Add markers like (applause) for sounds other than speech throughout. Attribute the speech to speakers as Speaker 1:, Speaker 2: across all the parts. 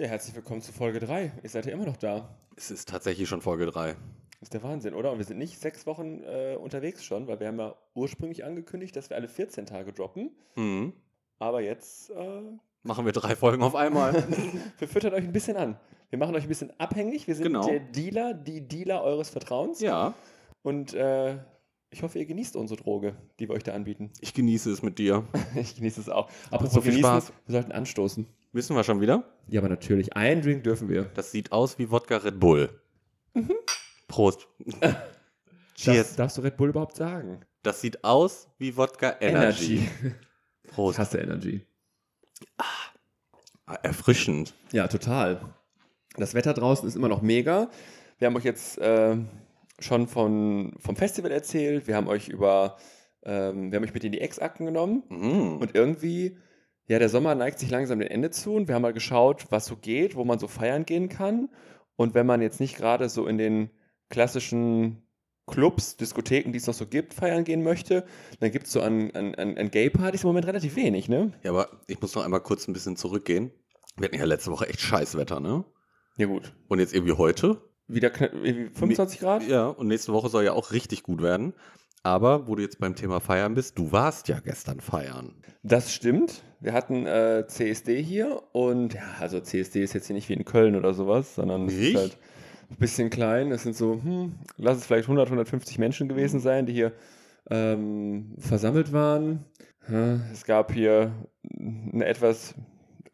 Speaker 1: Ja, herzlich willkommen zu Folge 3. Ihr seid ja immer noch da.
Speaker 2: Es ist tatsächlich schon Folge 3.
Speaker 1: Ist der Wahnsinn, oder? Und wir sind nicht sechs Wochen äh, unterwegs schon, weil wir haben ja ursprünglich angekündigt, dass wir alle 14 Tage droppen.
Speaker 2: Mhm.
Speaker 1: Aber jetzt, äh,
Speaker 2: Machen wir drei Folgen
Speaker 3: (laughs)
Speaker 2: auf einmal.
Speaker 1: wir füttern euch ein bisschen an. Wir machen euch ein bisschen abhängig. Wir sind
Speaker 2: Genau.
Speaker 1: der Dealer, die Dealer eures Vertrauens.
Speaker 2: ja,
Speaker 1: Und äh, ich hoffe, ihr genießt unsere Droge, die wir euch da anbieten. (laughs)
Speaker 2: ich genieße es mit dir.
Speaker 1: Ich genieße es auch. Apropos
Speaker 2: so viel
Speaker 1: genießen,
Speaker 2: Spaß.
Speaker 1: wir sollten anstoßen.
Speaker 2: Müssen wir schon wieder?
Speaker 1: Ja, aber natürlich. Einen Drink dürfen wir.
Speaker 2: Das sieht aus wie Wodka Red Bull. Mhm. Prost. Cheers.
Speaker 1: Das darfst du Red Bull überhaupt sagen?
Speaker 2: Das sieht aus wie Wodka Energy.
Speaker 1: Ich
Speaker 2: Prost.
Speaker 1: hasse Energy.
Speaker 2: Ah, Erfrischend.
Speaker 1: Ja, total. Das Wetter draußen ist immer noch mega. Wir haben euch jetzt äh, schon von, vom Festival erzählt. Wir haben euch über, ähm, wir haben euch mit in die Ex-Akten genommen.
Speaker 2: Mhm.
Speaker 1: Und irgendwie, ja, der Sommer neigt sich langsam dem Ende zu. Und wir haben mal geschaut, was so geht, wo man so feiern gehen kann. Und wenn man jetzt nicht gerade so in den klassischen Clubs, Diskotheken, die es noch so gibt, feiern gehen möchte, dann gibt es so an, an, an an Gay-Partys im Moment relativ wenig, ne?
Speaker 2: ja, aber ich muss noch einmal kurz ein bisschen zurückgehen. Wir hatten ja letzte Woche echt Scheißwetter, ne?
Speaker 1: Ja, gut.
Speaker 2: Und jetzt irgendwie heute?
Speaker 1: Wieder knapp, irgendwie 25 Grad?
Speaker 2: Ja, und nächste Woche soll ja auch richtig gut werden. Aber wo du jetzt beim Thema Feiern bist, du warst ja gestern feiern.
Speaker 1: Das stimmt. Wir hatten äh, CSD hier und ja, also CSD ist jetzt hier nicht wie in Köln oder sowas, sondern es ist
Speaker 2: Nicht?
Speaker 1: halt ein bisschen klein. Es sind so, hm, lass es vielleicht 100, 150 Menschen gewesen sein, die hier ähm, versammelt waren. Hm, Es gab hier eine etwas,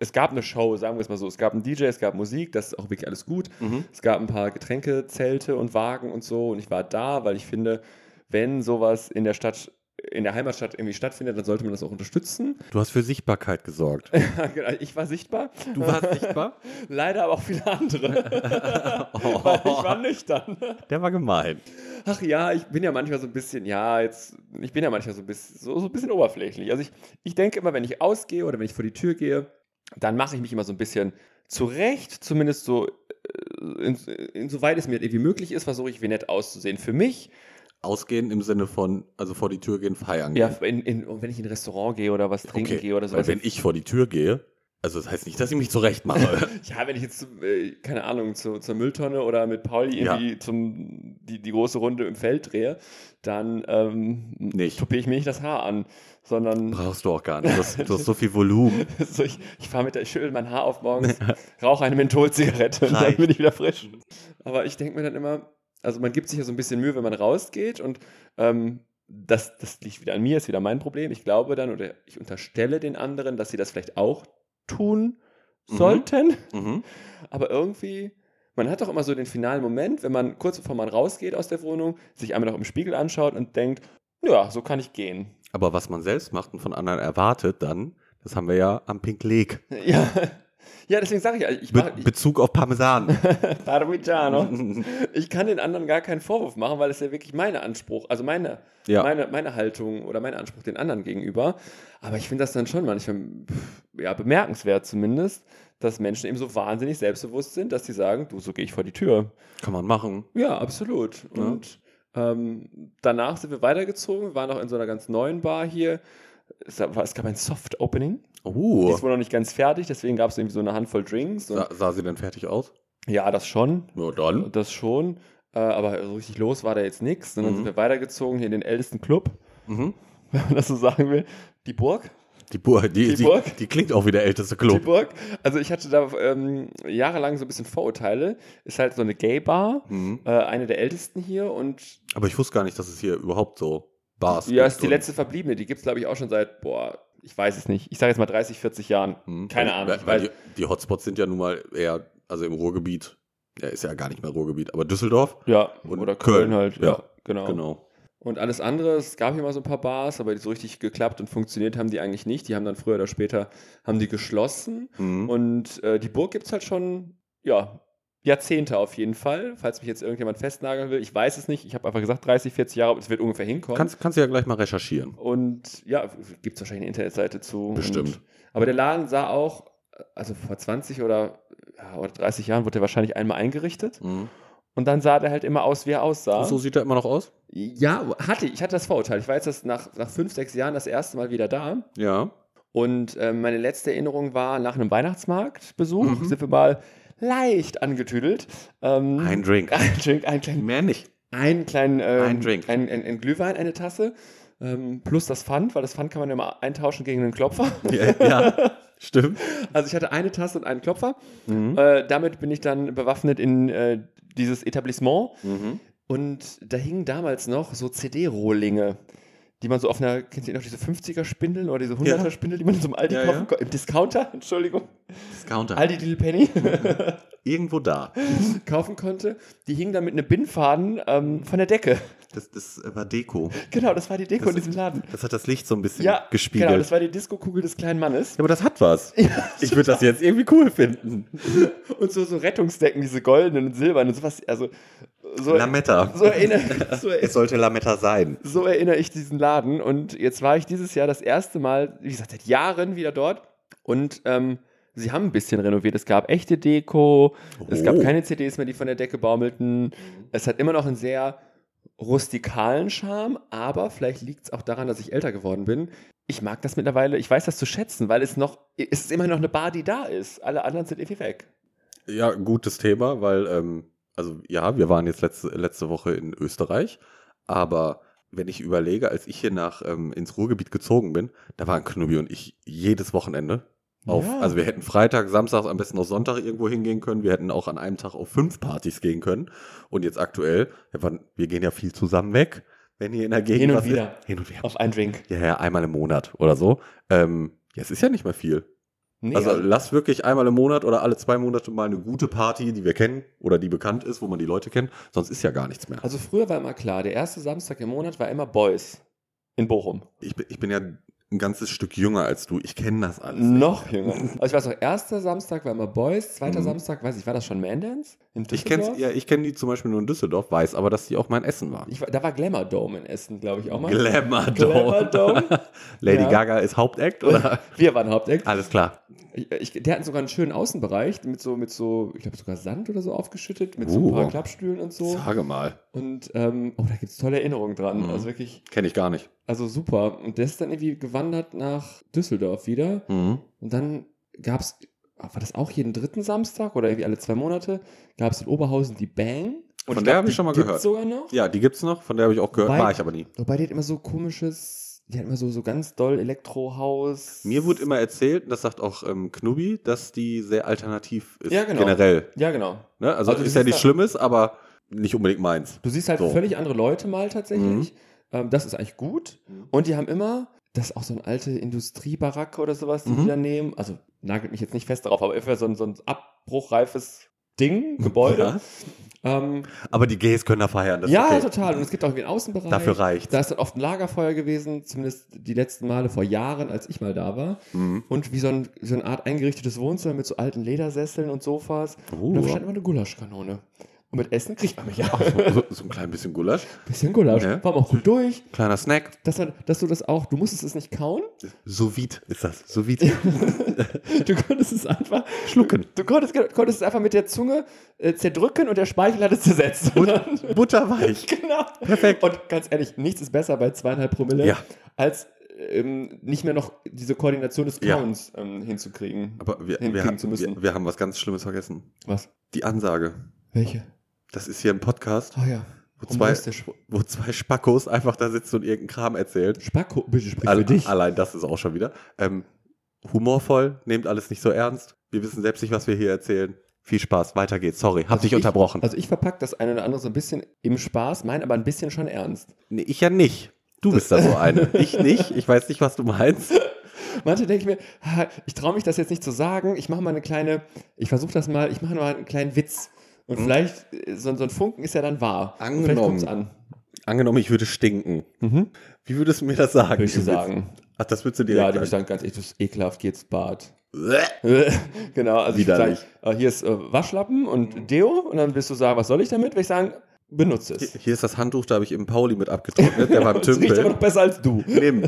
Speaker 1: es gab eine Show, sagen wir es mal so. Es gab einen DJ, es gab Musik, das ist auch wirklich alles gut.
Speaker 2: Mhm.
Speaker 1: Es gab ein paar Getränke, Zelte und Wagen und so. Und ich war da, weil ich finde, wenn sowas in der Stadt, in der Heimatstadt irgendwie stattfindet, dann sollte man das auch unterstützen.
Speaker 2: Du hast für Sichtbarkeit gesorgt.
Speaker 1: Genau, ich war sichtbar.
Speaker 2: (laughs) Du warst sichtbar?
Speaker 1: Leider aber auch viele
Speaker 2: (laughs)
Speaker 1: andere. Weil ich war nüchtern.
Speaker 2: Der war gemein.
Speaker 1: Ach ja, ich bin ja manchmal so ein bisschen, ja, jetzt, ich bin ja manchmal so ein bisschen, so, so ein bisschen oberflächlich. Also ich, ich denke immer, wenn ich ausgehe oder wenn ich vor die Tür gehe, dann mache ich mich immer so ein bisschen zurecht, zumindest so, äh, in, insoweit es mir irgendwie möglich ist, versuche ich, wie nett auszusehen. Für mich,
Speaker 2: Ausgehen im Sinne von, also vor die Tür gehen, feiern.
Speaker 1: ja,
Speaker 2: gehen.
Speaker 1: in, in, und wenn ich in ein Restaurant gehe oder was trinken
Speaker 2: Okay.
Speaker 1: gehe oder
Speaker 2: Weil
Speaker 1: sowas.
Speaker 2: wenn ich vor die Tür gehe, also das heißt nicht, dass ich mich zurecht (laughs) mache.
Speaker 1: Ja, wenn ich jetzt, äh, keine Ahnung, zu, zur Mülltonne oder mit Pauli
Speaker 2: Ja.
Speaker 1: irgendwie zum, die, die große Runde im Feld drehe, dann ähm,
Speaker 2: Nicht.
Speaker 1: tupiere ich mir nicht das Haar an, sondern
Speaker 2: Brauchst du auch gar nicht. Du hast, du hast so viel Volumen.
Speaker 1: (laughs) so, ich, ich fahre mit der Schüttel mein Haar auf morgens, rauche eine Mentholzigarette und dann
Speaker 2: Reicht. Mhm.
Speaker 1: bin ich wieder frisch. Aber ich denke mir dann immer, also man gibt sich ja so ein bisschen Mühe, wenn man rausgeht und ähm, das, das liegt wieder an mir, ist wieder mein Problem. Ich glaube dann oder ich unterstelle den anderen, dass sie das vielleicht auch tun
Speaker 2: Mhm.
Speaker 1: sollten.
Speaker 2: Mhm.
Speaker 1: Aber irgendwie, man hat doch immer so den finalen Moment, wenn man kurz bevor man rausgeht aus der Wohnung, sich einmal noch im Spiegel anschaut und denkt, ja, so kann ich gehen.
Speaker 2: Aber was man selbst macht und von anderen erwartet dann, das haben wir ja am Pink Lake.
Speaker 1: Ja, (laughs) ja deswegen sage ich, ja, ich,
Speaker 2: Be
Speaker 1: mach, ich,
Speaker 2: Bezug auf
Speaker 1: (laughs)
Speaker 2: Parmesan. (laughs)
Speaker 1: Parmigiano. ich kann den anderen gar keinen Vorwurf machen, weil es ja wirklich mein Anspruch, also meine,
Speaker 2: ja.
Speaker 1: meine, meine Haltung oder mein Anspruch den anderen gegenüber. Aber ich finde das dann schon manchmal pff, ja, bemerkenswert zumindest, dass Menschen eben so wahnsinnig selbstbewusst sind, dass sie sagen, du, so gehe ich vor die Tür.
Speaker 2: Kann man machen.
Speaker 1: Ja, absolut.
Speaker 2: Ja.
Speaker 1: Und ähm, danach sind wir weitergezogen, wir waren auch in so einer ganz neuen Bar hier. Es war- es gab ein Soft-Opening. Die
Speaker 2: Oh.
Speaker 1: ist wohl noch nicht ganz fertig, deswegen gab es irgendwie so eine Handvoll Drinks. Und,
Speaker 2: Sa sah sie denn fertig aus?
Speaker 1: ja, das schon.
Speaker 2: Ja, dann.
Speaker 1: Das schon. Äh, aber so richtig los war da jetzt nichts. Und dann
Speaker 2: Mhm.
Speaker 1: sind wir weitergezogen hier in den ältesten Club, (laughs)
Speaker 2: Mhm.
Speaker 1: wenn man das so sagen will. Die Burg.
Speaker 2: Die, Bur die,
Speaker 1: Die
Speaker 2: die,
Speaker 1: Burg?
Speaker 2: die, die klingt auch wie der älteste
Speaker 1: Die
Speaker 2: Club.
Speaker 1: Burg. Also ich hatte da ähm, jahrelang so ein bisschen Vorurteile. Ist halt so eine Gay-Bar.
Speaker 2: Mhm.
Speaker 1: Äh, eine der ältesten hier und
Speaker 2: Aber ich wusste gar nicht, dass es hier überhaupt so Bars
Speaker 1: Ja, ist die
Speaker 2: und-
Speaker 1: letzte verbliebene. Die gibt es, glaube ich, auch schon seit, boah, ich weiß es nicht. Ich sage jetzt mal 30, 40 Jahren.
Speaker 2: Hm.
Speaker 1: Keine
Speaker 2: Weil-
Speaker 1: Ahnung, ich
Speaker 2: Weil,
Speaker 1: weiß-
Speaker 2: weil die, die Hotspots sind ja nun mal eher, also im Ruhrgebiet, ja, ist ja gar nicht mehr Ruhrgebiet, aber Düsseldorf.
Speaker 1: Ja,
Speaker 2: Und
Speaker 1: oder Köln,
Speaker 2: Köln.
Speaker 1: halt. Ja,
Speaker 2: Ja,
Speaker 1: genau.
Speaker 2: Genau.
Speaker 1: Und alles andere, es gab hier mal so ein paar Bars, aber die so richtig geklappt und funktioniert haben die eigentlich nicht. Die haben dann früher oder später, haben die geschlossen.
Speaker 2: Mhm.
Speaker 1: Und äh, die Burg gibt es halt schon ja, Jahrzehnte auf jeden Fall, falls mich jetzt irgendjemand festnageln will. Ich weiß es nicht. Ich habe einfach gesagt, 30, 40 Jahre, es wird ungefähr hinkommen.
Speaker 2: Kannst, kannst du ja gleich mal recherchieren.
Speaker 1: Und ja, gibt es wahrscheinlich eine Internetseite zu.
Speaker 2: Bestimmt.
Speaker 1: Und, aber der Laden sah auch, also vor 20 oder, ja, oder 30 Jahren wurde er wahrscheinlich einmal eingerichtet.
Speaker 2: Mhm.
Speaker 1: Und dann sah der halt immer aus, wie er aussah.
Speaker 2: So sieht er immer noch aus?
Speaker 1: Ja, hatte ich, ich hatte das Vorurteil. Ich war jetzt das nach, nach fünf, sechs Jahren das erste Mal wieder da.
Speaker 2: Ja.
Speaker 1: Und ähm, meine letzte Erinnerung war nach einem Weihnachtsmarktbesuch.
Speaker 2: Mhm.
Speaker 1: Sind wir mal leicht angetüdelt. Ähm,
Speaker 2: Ein Drink.
Speaker 1: (laughs) ein Drink, einen kleinen,
Speaker 2: Mehr nicht.
Speaker 1: einen kleinen ähm,
Speaker 2: Ein Drink.
Speaker 1: Ein, ein, ein Glühwein, eine Tasse. Ähm, plus das Pfand, weil das Pfand kann man ja mal eintauschen gegen einen Klopfer.
Speaker 2: (laughs)
Speaker 1: (laughs)
Speaker 2: Ja, ja. stimmt.
Speaker 1: Also ich hatte eine Tasse und einen Klopfer.
Speaker 2: Mhm.
Speaker 1: Äh, damit bin ich dann bewaffnet in äh, dieses Etablissement.
Speaker 2: Mhm.
Speaker 1: Und da hingen damals noch so CD-Rohlinge, die man so auf einer, kennst du die noch diese 50er-Spindeln oder diese 100er-Spindel, die man in so einem Aldi
Speaker 2: Ja, ja.
Speaker 1: kaufen konnte? Im Discounter, (laughs) Entschuldigung.
Speaker 2: Discounter.
Speaker 1: Aldi Little Penny (laughs)
Speaker 2: Irgendwo da.
Speaker 1: kaufen konnte. Die hingen dann mit einem Bindfaden ähm, von der Decke. (laughs)
Speaker 2: Das, das war Deko.
Speaker 1: Genau, das war die Deko
Speaker 2: Das-
Speaker 1: in diesem Laden.
Speaker 2: Das hat das Licht so ein bisschen
Speaker 1: Ja,
Speaker 2: gespiegelt.
Speaker 1: genau, das war die Disco-Kugel des kleinen Mannes.
Speaker 2: ja, aber das hat
Speaker 1: (laughs)
Speaker 2: was. ich würde das jetzt irgendwie cool finden.
Speaker 1: Und so, so Rettungsdecken, diese goldenen und silbernen und sowas. Also, so,
Speaker 2: Lametta. (laughs)
Speaker 1: so, erinnere, so,
Speaker 2: Es sollte Lametta sein.
Speaker 1: So erinnere ich diesen Laden. Und jetzt war ich dieses Jahr das erste Mal, wie gesagt, seit Jahren wieder dort. Und ähm, sie haben ein bisschen renoviert. Es gab echte Deko. Es gab
Speaker 2: Oh. Mhm.
Speaker 1: keine CDs mehr, die von der Decke baumelten. Es hat immer noch einen sehr rustikalen Charme. Aber vielleicht liegt es auch daran, dass ich älter geworden bin. Ich mag das mittlerweile. Ich weiß das zu schätzen, weil es noch, es ist immer noch eine Bar, die da ist. Alle anderen sind irgendwie weg.
Speaker 2: Ja, gutes Thema, weil, ähm, also ja, wir waren jetzt letzte, letzte Woche in Österreich, aber wenn ich überlege, als ich hier nach ähm, ins Ruhrgebiet gezogen bin, da waren Knubi und ich jedes Wochenende auf.
Speaker 1: Ja.
Speaker 2: Also wir hätten Freitag, Samstag, am besten auch Sonntag irgendwo hingehen können. Wir hätten auch an einem Tag auf fünf Partys gehen können. Und jetzt aktuell, wir, waren, wir gehen ja viel zusammen weg, wenn hier in der Gegend
Speaker 1: Hin und
Speaker 2: was ist.
Speaker 1: wieder.
Speaker 2: Hin und wieder.
Speaker 1: Auf einen Drink.
Speaker 2: Ja, ja, einmal im Monat oder so. Ähm, ja, es ist ja nicht mehr viel.
Speaker 1: Nee,
Speaker 2: Also
Speaker 1: also-
Speaker 2: lass wirklich einmal im Monat oder alle zwei Monate mal eine gute Party, die wir kennen oder die bekannt ist, wo man die Leute kennt. Sonst ist ja gar nichts mehr.
Speaker 1: also früher war immer klar, der erste Samstag im Monat war immer Boys in Bochum.
Speaker 2: Ich, bin- ich bin ja ein ganzes Stück jünger als du. Ich kenne das alles. (laughs)
Speaker 1: Noch jünger. Also ich weiß noch, erster Samstag war immer Boys, zweiter
Speaker 2: Mhm.
Speaker 1: Samstag, weiß ich, war das schon Man Dance? In
Speaker 2: Ich kenne
Speaker 1: Düsseldorf?
Speaker 2: ja, ich kenn die zum Beispiel nur in Düsseldorf, weiß aber, dass die auch mein Essen waren.
Speaker 1: Ich war, da war Glamour Dome in Essen, glaube ich, auch mal.
Speaker 2: Glamour
Speaker 1: Glamour
Speaker 2: Dome.
Speaker 1: Dome.
Speaker 2: Lady
Speaker 1: Ja.
Speaker 2: Gaga ist Hauptakt
Speaker 1: (laughs)
Speaker 2: oder?
Speaker 1: Wir waren Haupteck.
Speaker 2: alles klar.
Speaker 1: Ich, äh, ich, die hatten sogar einen schönen Außenbereich mit so, mit so, ich glaube sogar Sand oder so aufgeschüttet, mit so
Speaker 2: Uh.
Speaker 1: ein paar Klappstühlen und so.
Speaker 2: Sage mal.
Speaker 1: Und ähm, oh, da gibt es tolle Erinnerungen dran.
Speaker 2: Mhm.
Speaker 1: Also wirklich,
Speaker 2: Kenne ich gar nicht.
Speaker 1: also super. Und der ist dann irgendwie gewandert nach Düsseldorf wieder.
Speaker 2: Mhm.
Speaker 1: Und dann gab es, war das auch jeden dritten Samstag oder irgendwie alle zwei Monate, gab es in Oberhausen die Bang.
Speaker 2: Von der
Speaker 1: ich glaub,
Speaker 2: hab ich
Speaker 1: die
Speaker 2: schon mal
Speaker 1: gibt's
Speaker 2: gehört.
Speaker 1: sogar noch.
Speaker 2: Ja, die gibt's noch, von der habe ich auch gehört,
Speaker 1: Wobei-
Speaker 2: war ich aber nie.
Speaker 1: Wobei die hat immer so komisches, die hat immer so, so ganz doll Elektrohaus.
Speaker 2: Mir wurde immer erzählt, und das sagt auch ähm, Knubi, dass die sehr alternativ ist.
Speaker 1: Ja, genau.
Speaker 2: Generell.
Speaker 1: Ja, genau.
Speaker 2: Ne? Also,
Speaker 1: Also du
Speaker 2: ist ja
Speaker 1: siehst
Speaker 2: nichts
Speaker 1: da-
Speaker 2: Schlimmes, aber nicht unbedingt meins.
Speaker 1: Du siehst halt
Speaker 2: So. Mhm.
Speaker 1: völlig andere Leute mal tatsächlich. Ähm, das ist eigentlich gut. Und die haben immer, das ist auch so eine alte Industriebaracke oder sowas, die
Speaker 2: Mhm.
Speaker 1: die da nehmen. Also nagelt mich jetzt nicht fest darauf, aber etwa so ein, so ein abbruchreifes Ding, Gebäude. Ähm,
Speaker 2: Aber die Gays können da feiern. Das
Speaker 1: ja,
Speaker 2: ist okay.
Speaker 1: total. Und es gibt auch irgendwie einen Außenbereich.
Speaker 2: Dafür reicht.
Speaker 1: Da ist dann oft ein Lagerfeuer gewesen, zumindest die letzten Male vor Jahren, als ich mal da war.
Speaker 2: Mhm.
Speaker 1: Und wie so, ein, so eine Art eingerichtetes Wohnzimmer mit so alten Ledersesseln und Sofas. Und da
Speaker 2: Uh.
Speaker 1: stand immer eine Gulaschkanone. Und mit Essen kriegt man mich ja.
Speaker 2: so, so ein klein bisschen Gulasch.
Speaker 1: Bisschen Gulasch.
Speaker 2: Ja.
Speaker 1: War man auch gut durch.
Speaker 2: Kleiner Snack.
Speaker 1: Dass, man, dass du das auch, du musstest es nicht kauen.
Speaker 2: Sous vide ist das. Sous vide.
Speaker 1: (laughs) Du konntest es einfach.
Speaker 2: Schlucken.
Speaker 1: Du konntest, genau, du konntest es einfach mit der Zunge äh, zerdrücken und der Speichel hat es zersetzt.
Speaker 2: Butterweich.
Speaker 1: (laughs) genau.
Speaker 2: Perfekt.
Speaker 1: Und ganz ehrlich, nichts ist besser bei zweieinhalb Promille,
Speaker 2: Ja.
Speaker 1: als ähm, nicht mehr noch diese Koordination des
Speaker 2: Ja.
Speaker 1: Kauens ähm, hinzukriegen.
Speaker 2: Aber wir, wir,
Speaker 1: Hinkriegen
Speaker 2: haben-
Speaker 1: zu müssen.
Speaker 2: wir, wir haben was ganz Schlimmes vergessen.
Speaker 1: Was?
Speaker 2: Die Ansage.
Speaker 1: Welche?
Speaker 2: Das ist hier ein Podcast,
Speaker 1: Oh ja.
Speaker 2: wo
Speaker 1: Humor
Speaker 2: zwei,
Speaker 1: ist der Schw-
Speaker 2: wo zwei Spackos einfach da sitzen und irgendeinen Kram erzählen.
Speaker 1: Spacko, bitte sprich
Speaker 2: Alle-
Speaker 1: für dich.
Speaker 2: Allein das ist auch schon wieder. Ähm, humorvoll, nehmt alles nicht so ernst. Wir wissen selbst nicht, was wir hier erzählen. Viel Spaß, weiter geht's. Sorry, hab dich
Speaker 1: ich,
Speaker 2: unterbrochen.
Speaker 1: Also ich verpack das eine oder andere so ein bisschen im Spaß, mein aber ein bisschen schon ernst.
Speaker 2: nee, ich ja nicht. Du bist da so eine. Ich nicht. Ich weiß nicht, was du meinst.
Speaker 1: Manche denke ich mir, "Ha, ich traue mich das jetzt nicht zu sagen, ich mache mal eine kleine, ich versuche das mal, ich mache mal einen kleinen Witz. Und vielleicht, äh, so, so ein Funken ist ja dann wahr. Und
Speaker 2: Mhm. Angenommen.
Speaker 1: Vielleicht kommt's an.
Speaker 2: ich, angenommen, ich würde stinken.
Speaker 1: Mhm.
Speaker 2: Wie würdest du mir das sagen?
Speaker 1: Würde ich dir sagen.
Speaker 2: Ach, das würdest du dir
Speaker 1: Ja, die sagen ganz echt, das ist ekelhaft, geh ins Bad. (laughs) genau, also ich
Speaker 2: Widerlich.
Speaker 1: sage, äh, hier ist äh, Waschlappen und Deo und dann wirst du sagen, was soll ich damit? Will ich sagen, benutze (laughs) es.
Speaker 2: Hier ist das Handtuch, da habe ich eben Pauli mit abgetrocknet, der (laughs) war im
Speaker 1: Das riecht aber noch
Speaker 2: Tümpel.
Speaker 1: besser als du.
Speaker 2: Nimm.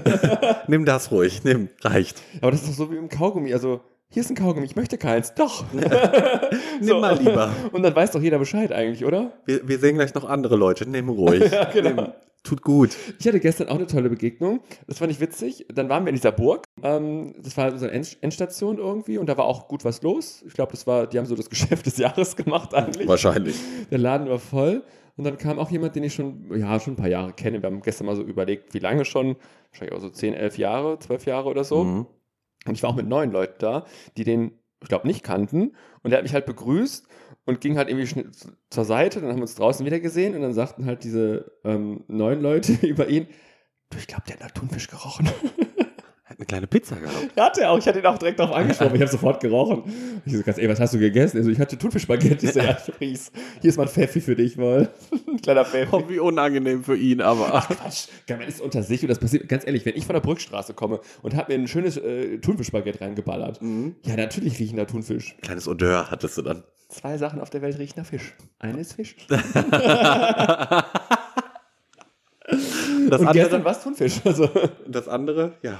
Speaker 2: nimm das ruhig, nimm. Reicht.
Speaker 1: Aber das ist doch so wie im Kaugummi. Also, hier ist ein Kaugummi, ich möchte keins. Doch.
Speaker 2: (laughs) Nimm
Speaker 1: (laughs)
Speaker 2: mal lieber.
Speaker 1: Und dann weiß doch jeder Bescheid eigentlich, oder?
Speaker 2: Wir, wir sehen gleich noch andere Leute. Nimm (laughs) ruhig. nimm. Tut gut.
Speaker 1: Ich hatte gestern auch eine tolle Begegnung. Das fand ich witzig. Dann waren wir in dieser Burg. Ähm, das war so eine End Endstation irgendwie und da war auch gut was los. Ich glaube, das war, die haben so das (laughs) Geschäft des Jahres gemacht eigentlich.
Speaker 2: Wahrscheinlich.
Speaker 1: Der Laden war voll. Und dann kam auch jemand, den ich schon, ja, schon ein paar Jahre kenne. Wir haben gestern mal so überlegt, wie lange schon. Wahrscheinlich auch so 10, 11 Jahre, 12 Jahre oder so.
Speaker 2: Mhm.
Speaker 1: Und ich war auch mit neuen Leuten da, die den, ich glaube, nicht kannten. Und der hat mich halt begrüßt und ging halt irgendwie schnell z- zur Seite. Dann haben wir uns draußen wieder gesehen und dann sagten halt diese ähm, neuen Leute (laughs) über ihn, du, ich glaube, der hat nach Thunfisch gerochen. (laughs)
Speaker 2: Hat eine kleine Pizza gehabt.
Speaker 1: hat er auch. Ich hatte ihn auch direkt (laughs) darauf angesprochen. Ich habe sofort gerochen. Ich so, ganz, ey, was hast du gegessen? Also, ich hatte Thunfischbaguette. Ich (laughs) so, ja, ich riech's. Hier ist mal ein Pfeffi für dich mal. Ein (laughs) kleiner Pfeffi.
Speaker 2: Oh, wie unangenehm für ihn, aber.
Speaker 1: Quatsch, man ist unter sich und das passiert, ganz ehrlich, wenn ich von der Brückstraße komme und hab mir ein schönes äh, Thunfischbaguette reingeballert,
Speaker 2: Mhm.
Speaker 1: ja, natürlich riechen da Thunfisch.
Speaker 2: Kleines Odeur hattest du dann.
Speaker 1: Zwei Sachen auf der Welt riechen nach Fisch. Eine ist Fisch.
Speaker 2: Das
Speaker 1: Und gestern
Speaker 2: andere,
Speaker 1: war es Thunfisch. Also, (laughs)
Speaker 2: das andere, ja.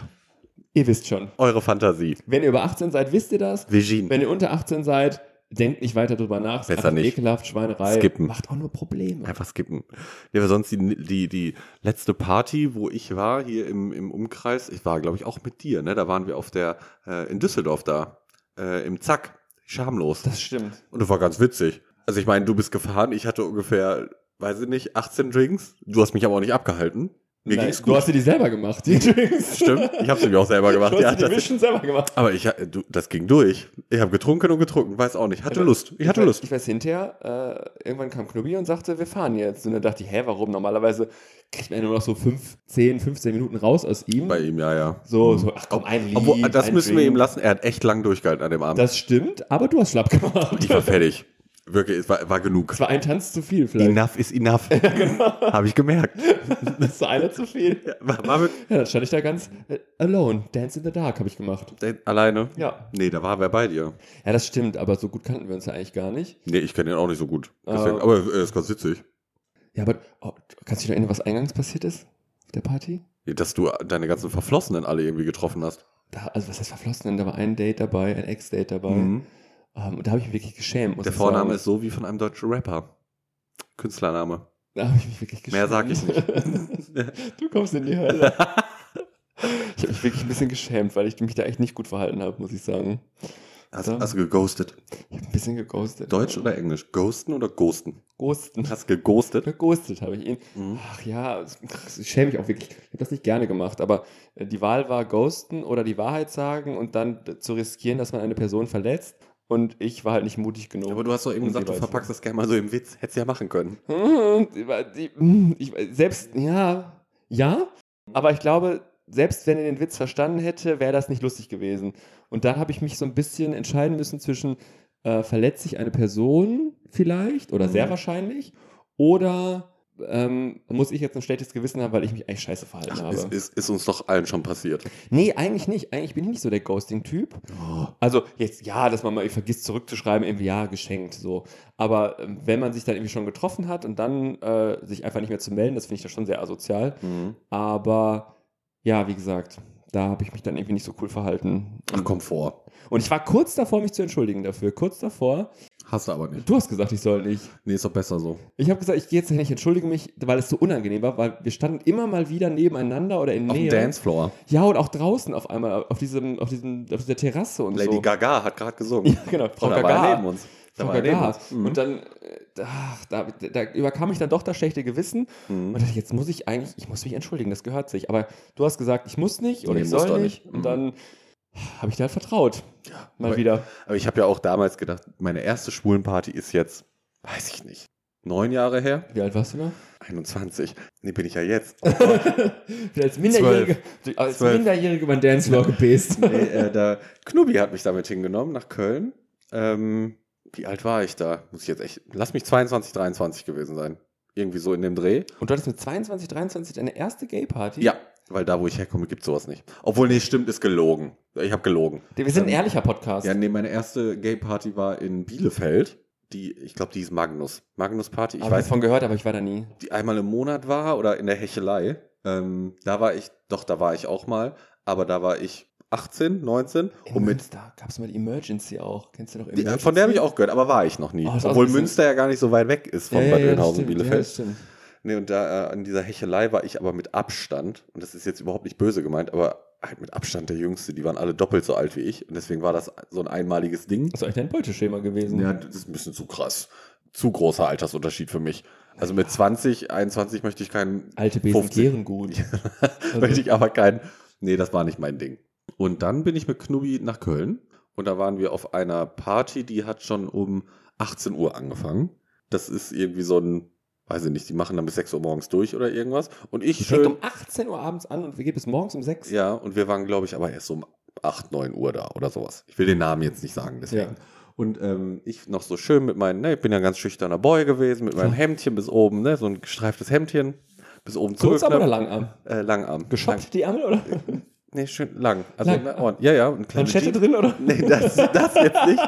Speaker 1: ihr wisst schon.
Speaker 2: Eure Fantasie.
Speaker 1: Wenn ihr über 18 seid, wisst ihr das.
Speaker 2: Virgin.
Speaker 1: Wenn ihr unter 18 seid, denkt nicht weiter drüber nach. Es ist
Speaker 2: Besser
Speaker 1: einfach
Speaker 2: nicht.
Speaker 1: Ekelhaft, Schweinerei.
Speaker 2: Skippen.
Speaker 1: Macht auch nur Probleme.
Speaker 2: Einfach skippen. Ja, aber sonst die, die, die letzte Party, wo ich war, hier im, im Umkreis, ich war, glaube ich, auch mit dir, ne? Da waren wir auf der, äh, in Düsseldorf da, äh, im Zack, schamlos.
Speaker 1: Das stimmt.
Speaker 2: Und das war ganz witzig. Also ich meine, du bist gefahren, ich hatte ungefähr, weiß ich nicht, 18 Drinks. Du hast mich aber auch nicht abgehalten. Mir
Speaker 1: Nein,
Speaker 2: ging's
Speaker 1: Du
Speaker 2: gut.
Speaker 1: hast dir die selber
Speaker 2: (laughs)
Speaker 1: gemacht, die Drinks.
Speaker 2: Stimmt, ich hab's nämlich auch selber
Speaker 1: (laughs) Du
Speaker 2: gemacht.
Speaker 1: hast
Speaker 2: Ja,
Speaker 1: dir die
Speaker 2: das,
Speaker 1: Mischen selber gemacht.
Speaker 2: aber ich, äh, du, das ging durch. Ich habe getrunken und getrunken, weiß auch nicht. Hatte
Speaker 1: Aber
Speaker 2: Lust, ich hatte
Speaker 1: weiß-
Speaker 2: Lust.
Speaker 1: Ich weiß hinterher, äh, irgendwann kam Knubbi und sagte, wir fahren jetzt. Und dann dachte ich, hä, warum? Normalerweise kriegt man ja nur noch so 5, 10, 15 Minuten raus aus ihm.
Speaker 2: Bei ihm, ja, ja.
Speaker 1: so, so, ach komm, ein Lied,
Speaker 2: Obwohl, das
Speaker 1: ein
Speaker 2: müssen wir
Speaker 1: Drink.
Speaker 2: ihm lassen. Er hat echt lang durchgehalten an dem Abend.
Speaker 1: Das stimmt, aber du hast schlapp gemacht.
Speaker 2: ich war fertig. Wirklich, es war, war genug.
Speaker 1: Es war genau. ein Tanz zu viel vielleicht.
Speaker 2: Enough is
Speaker 1: (laughs)
Speaker 2: enough. Habe ich gemerkt.
Speaker 1: Das war einer zu viel.
Speaker 2: Ja, War, war mit,
Speaker 1: Ja, dann stand ich da ganz äh, alone. Dance in the Dark habe ich gemacht.
Speaker 2: äh, alleine?
Speaker 1: Ja.
Speaker 2: Nee, da war wer bei dir.
Speaker 1: Ja, das stimmt, aber so gut kannten wir uns ja eigentlich gar nicht.
Speaker 2: Nee, ich kenne ihn auch nicht so gut. Deswegen,
Speaker 1: Ah.
Speaker 2: aber er ist ganz witzig.
Speaker 1: Ja, aber oh, kannst du dich noch erinnern, was eingangs passiert ist? Auf der Party?
Speaker 2: Dass du deine ganzen Verflossenen alle irgendwie getroffen hast.
Speaker 1: Da, also, was heißt verflossen? denn? Da war ein Date dabei, ein Ex-Date dabei.
Speaker 2: Mhm.
Speaker 1: Ähm, und da habe ich mich wirklich geschämt. Muss
Speaker 2: Der
Speaker 1: ich
Speaker 2: Vorname
Speaker 1: sagen.
Speaker 2: ist so wie von einem deutschen Rapper. Künstlername.
Speaker 1: Da habe ich mich wirklich geschämt.
Speaker 2: Mehr sag ich
Speaker 1: nicht. (laughs) du kommst in die Hölle.
Speaker 2: (laughs)
Speaker 1: ich habe mich wirklich ein bisschen geschämt, weil ich mich da echt nicht gut verhalten habe, muss ich sagen.
Speaker 2: Hast,
Speaker 1: So.
Speaker 2: hast du geghostet?
Speaker 1: Ich habe ein bisschen geghostet.
Speaker 2: Deutsch oder Englisch? Ghosten oder ghosten?
Speaker 1: Ghosten.
Speaker 2: Hast geghostet?
Speaker 1: Geghostet habe ich ihn.
Speaker 2: (laughs) Mhm.
Speaker 1: Ach ja, es- ach, ich schäme mich auch wirklich. Ich habe das nicht gerne gemacht, aber äh, die Wahl war ghosten oder die Wahrheit sagen und dann d- zu riskieren, dass man eine Person verletzt. Und ich war halt nicht mutig genug.
Speaker 2: Aber du hast doch eben
Speaker 1: um
Speaker 2: gesagt,
Speaker 1: sie
Speaker 2: du verpackst das gerne mal so im Witz. Hättest ja machen können.
Speaker 1: Und die war- die- Ich, weiß- selbst, ja, ja, aber ich glaube, selbst wenn er den Witz verstanden hätte, wäre das nicht lustig gewesen. Und dann habe ich mich so ein bisschen entscheiden müssen zwischen, äh, verletze ich eine Person vielleicht oder sehr
Speaker 2: Mhm.
Speaker 1: wahrscheinlich oder ähm, muss ich jetzt ein schlechtes Gewissen haben, weil ich mich eigentlich scheiße verhalten
Speaker 2: Ach,
Speaker 1: habe.
Speaker 2: ist, ist, ist uns doch allen schon passiert.
Speaker 1: nee, eigentlich nicht. Eigentlich bin ich nicht so der Ghosting-Typ. Also jetzt, ja, dass man mal vergisst zurückzuschreiben, irgendwie, ja, geschenkt, so. Aber ähm, wenn man sich dann irgendwie schon getroffen hat und dann äh, sich einfach nicht mehr zu melden, das finde ich ja schon sehr asozial.
Speaker 2: Mhm.
Speaker 1: Aber ja, wie gesagt, da habe ich mich dann irgendwie nicht so cool verhalten.
Speaker 2: Ach, komm vor.
Speaker 1: Und ich war kurz davor, mich zu entschuldigen dafür. Kurz davor.
Speaker 2: Hast du aber nicht.
Speaker 1: Du hast gesagt, ich soll nicht.
Speaker 2: Nee, ist doch besser so.
Speaker 1: Ich habe gesagt, ich gehe jetzt nicht, entschuldige mich, weil es so unangenehm war, weil wir standen immer mal wieder nebeneinander oder in
Speaker 2: Auf dem
Speaker 1: Nähe.
Speaker 2: Dancefloor.
Speaker 1: Ja, und auch draußen auf einmal, auf, diesem, auf, diesem, auf dieser Terrasse und
Speaker 2: Lady
Speaker 1: so.
Speaker 2: Gaga hat gerade gesungen.
Speaker 1: Ja, genau, Frau
Speaker 2: Und da war
Speaker 1: Gaga.
Speaker 2: er neben uns. Da
Speaker 1: Frau
Speaker 2: war er neben
Speaker 1: Gaga.
Speaker 2: uns. Mhm.
Speaker 1: Und dann äh, da, da, da überkam mich dann doch das schlechte Gewissen
Speaker 2: Mhm.
Speaker 1: und dachte, jetzt muss ich eigentlich, ich muss mich entschuldigen, das gehört sich. Aber du hast gesagt, ich muss nicht oder
Speaker 2: Nee,
Speaker 1: ich
Speaker 2: musst
Speaker 1: soll
Speaker 2: du
Speaker 1: nicht.
Speaker 2: nicht.
Speaker 1: Und
Speaker 2: Mhm.
Speaker 1: dann habe ich dir halt vertraut. Mal
Speaker 2: aber-
Speaker 1: wieder.
Speaker 2: Aber ich habe ja auch damals gedacht, meine erste Schwulenparty ist jetzt, weiß ich nicht, neun Jahre her?
Speaker 1: Wie alt warst du da?
Speaker 2: 21. Nee, bin ich ja (laughs) jetzt.
Speaker 1: Als Minderjährige, als
Speaker 2: Zwölf.
Speaker 1: Minderjährige über den Dancefloor gebest.
Speaker 2: nee, äh, da, Knubi hat mich damit hingenommen nach Köln. Ähm, wie alt war ich da? Muss ich jetzt echt, lass mich 22, 23 gewesen sein. Irgendwie so in dem Dreh.
Speaker 1: Und du hattest mit 22, 23 deine erste Gay-Party?
Speaker 2: Ja, weil da, wo ich herkomme, gibt sowas nicht. Obwohl, nee, stimmt, ist gelogen. Ich habe gelogen.
Speaker 1: Wir sind ein
Speaker 2: Ähm,
Speaker 1: ehrlicher Podcast.
Speaker 2: Ja, nee, meine erste Gay-Party war in Bielefeld. Die, ich glaube, die ist Magnus. Magnus-Party, ich
Speaker 1: ich habe
Speaker 2: weiß
Speaker 1: davon gehört, aber ich war da nie.
Speaker 2: die einmal im Monat war oder in der Hechelei. Ähm, da war ich, doch, da war ich auch mal, aber da war ich 18, 19
Speaker 1: In
Speaker 2: und mit.
Speaker 1: Münster gab es mal Emergency auch. Kennst du noch
Speaker 2: Die,
Speaker 1: Emergency?
Speaker 2: von der habe ich auch gehört, aber war ich noch nie.
Speaker 1: Oh, ist auch
Speaker 2: Obwohl
Speaker 1: ein bisschen-
Speaker 2: Münster ja gar nicht so weit weg ist von Bad Oeynhausen,
Speaker 1: Ja,
Speaker 2: Bielefeld.
Speaker 1: das stimmt.
Speaker 2: nee, und da äh, an dieser Hechelei war ich aber mit Abstand, und das ist jetzt überhaupt nicht böse gemeint, aber halt mit Abstand der Jüngste, die waren alle doppelt so alt wie ich. Und deswegen war das so ein einmaliges Ding.
Speaker 1: Das ist echt ein Beuteschema gewesen.
Speaker 2: Ja, das ist ein bisschen zu krass. Zu großer Altersunterschied für mich. Also mit 20, 21 möchte ich keinen
Speaker 1: Alte Besen
Speaker 2: 50. (laughs)
Speaker 1: kehren gut. Also-
Speaker 2: Möchte ich aber kein. Nee, das war nicht mein Ding. Und dann bin ich mit Knubi nach Köln und da waren wir auf einer Party, die hat schon um 18 Uhr angefangen. Das ist irgendwie so ein, weiß ich nicht, die machen dann bis 6 Uhr morgens durch oder irgendwas. Und ich
Speaker 1: Fängt
Speaker 2: schön.
Speaker 1: um 18 Uhr abends an und wir gehen bis morgens um 6
Speaker 2: Ja, und wir waren, glaube ich, aber erst so um 8, 9 Uhr da oder sowas. Ich will den Namen jetzt nicht sagen, deswegen.
Speaker 1: Ja.
Speaker 2: Und ähm, ich noch so schön mit meinen, ne, ich bin ja ein ganz schüchterner Boy gewesen, mit meinem Hemdchen bis oben, ne, so ein gestreiftes Hemdchen bis oben
Speaker 1: Kurzarm oder
Speaker 2: zugeknöpft.
Speaker 1: Langarm?
Speaker 2: Äh, Langarm. Lang-
Speaker 1: Geschoppt die Ärmel oder?
Speaker 2: Nee, schön lang. Also
Speaker 1: Lang.
Speaker 2: na, ordentlich. ja, ja, ein kleines
Speaker 1: Manschette drin oder?
Speaker 2: Nee, das,
Speaker 1: (laughs)
Speaker 2: das jetzt nicht.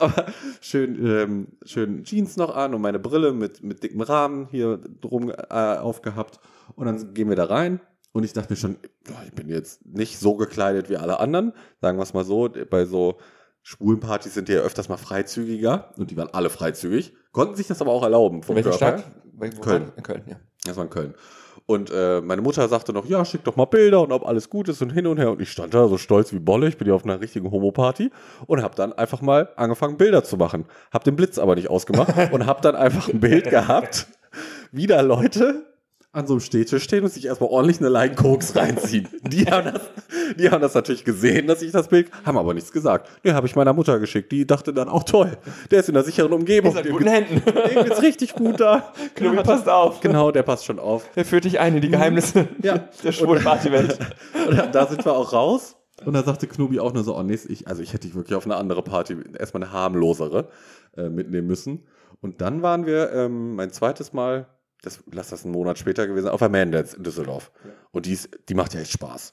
Speaker 2: Aber schön, ähm, schön Jeans noch an und meine Brille mit, mit dickem Rahmen hier drum äh, aufgehabt. Und dann gehen wir da rein. Und ich dachte mir schon, ja, ich bin jetzt nicht so gekleidet wie alle anderen. Sagen wir es mal so, bei so schwulen Partys sind die ja öfters mal freizügiger. Und die waren alle freizügig. Konnten sich das aber auch erlauben vom
Speaker 1: Welche
Speaker 2: Körper.
Speaker 1: Stadt? Wo- wo-
Speaker 2: Köln.
Speaker 1: In Köln, ja.
Speaker 2: Das war in Köln. Und äh, meine Mutter sagte noch, ja, schick doch mal Bilder und ob alles gut ist und hin und her. Und ich stand da so stolz wie Bolle, ich bin ja auf einer richtigen Homo-Party und habe dann einfach mal angefangen, Bilder zu machen. Hab den Blitz aber nicht ausgemacht und habe dann einfach ein Bild gehabt, wie da Leute an so einem Stehtisch stehen und sich erstmal ordentlich eine Line Koks reinziehen. Die haben, das, die haben das natürlich gesehen, dass ich das Bild, haben aber nichts gesagt. Nee, habe ich meiner Mutter geschickt. Die dachte dann auch, toll, der ist in einer sicheren Umgebung.
Speaker 1: halt
Speaker 2: Dem geht's- (laughs)
Speaker 1: Händen.
Speaker 2: dem geht's richtig gut da.
Speaker 1: Knobi, passt
Speaker 2: (laughs)
Speaker 1: auf.
Speaker 2: Genau, der passt schon auf.
Speaker 1: Der führt dich ein in die Geheimnisse
Speaker 2: (laughs) Ja.
Speaker 1: (laughs) der schwulen Partywelt.
Speaker 2: Und da- da sind wir auch raus. Und da sagte Knobi auch nur so, oh nee, ich, also ich hätte dich wirklich auf eine andere Party, erstmal eine harmlosere, äh, mitnehmen müssen. Und dann waren wir ähm, mein zweites Mal, das, lass das einen Monat später gewesen, sein, auf der Man Dance in Düsseldorf. Und die, ist, die macht ja echt Spaß.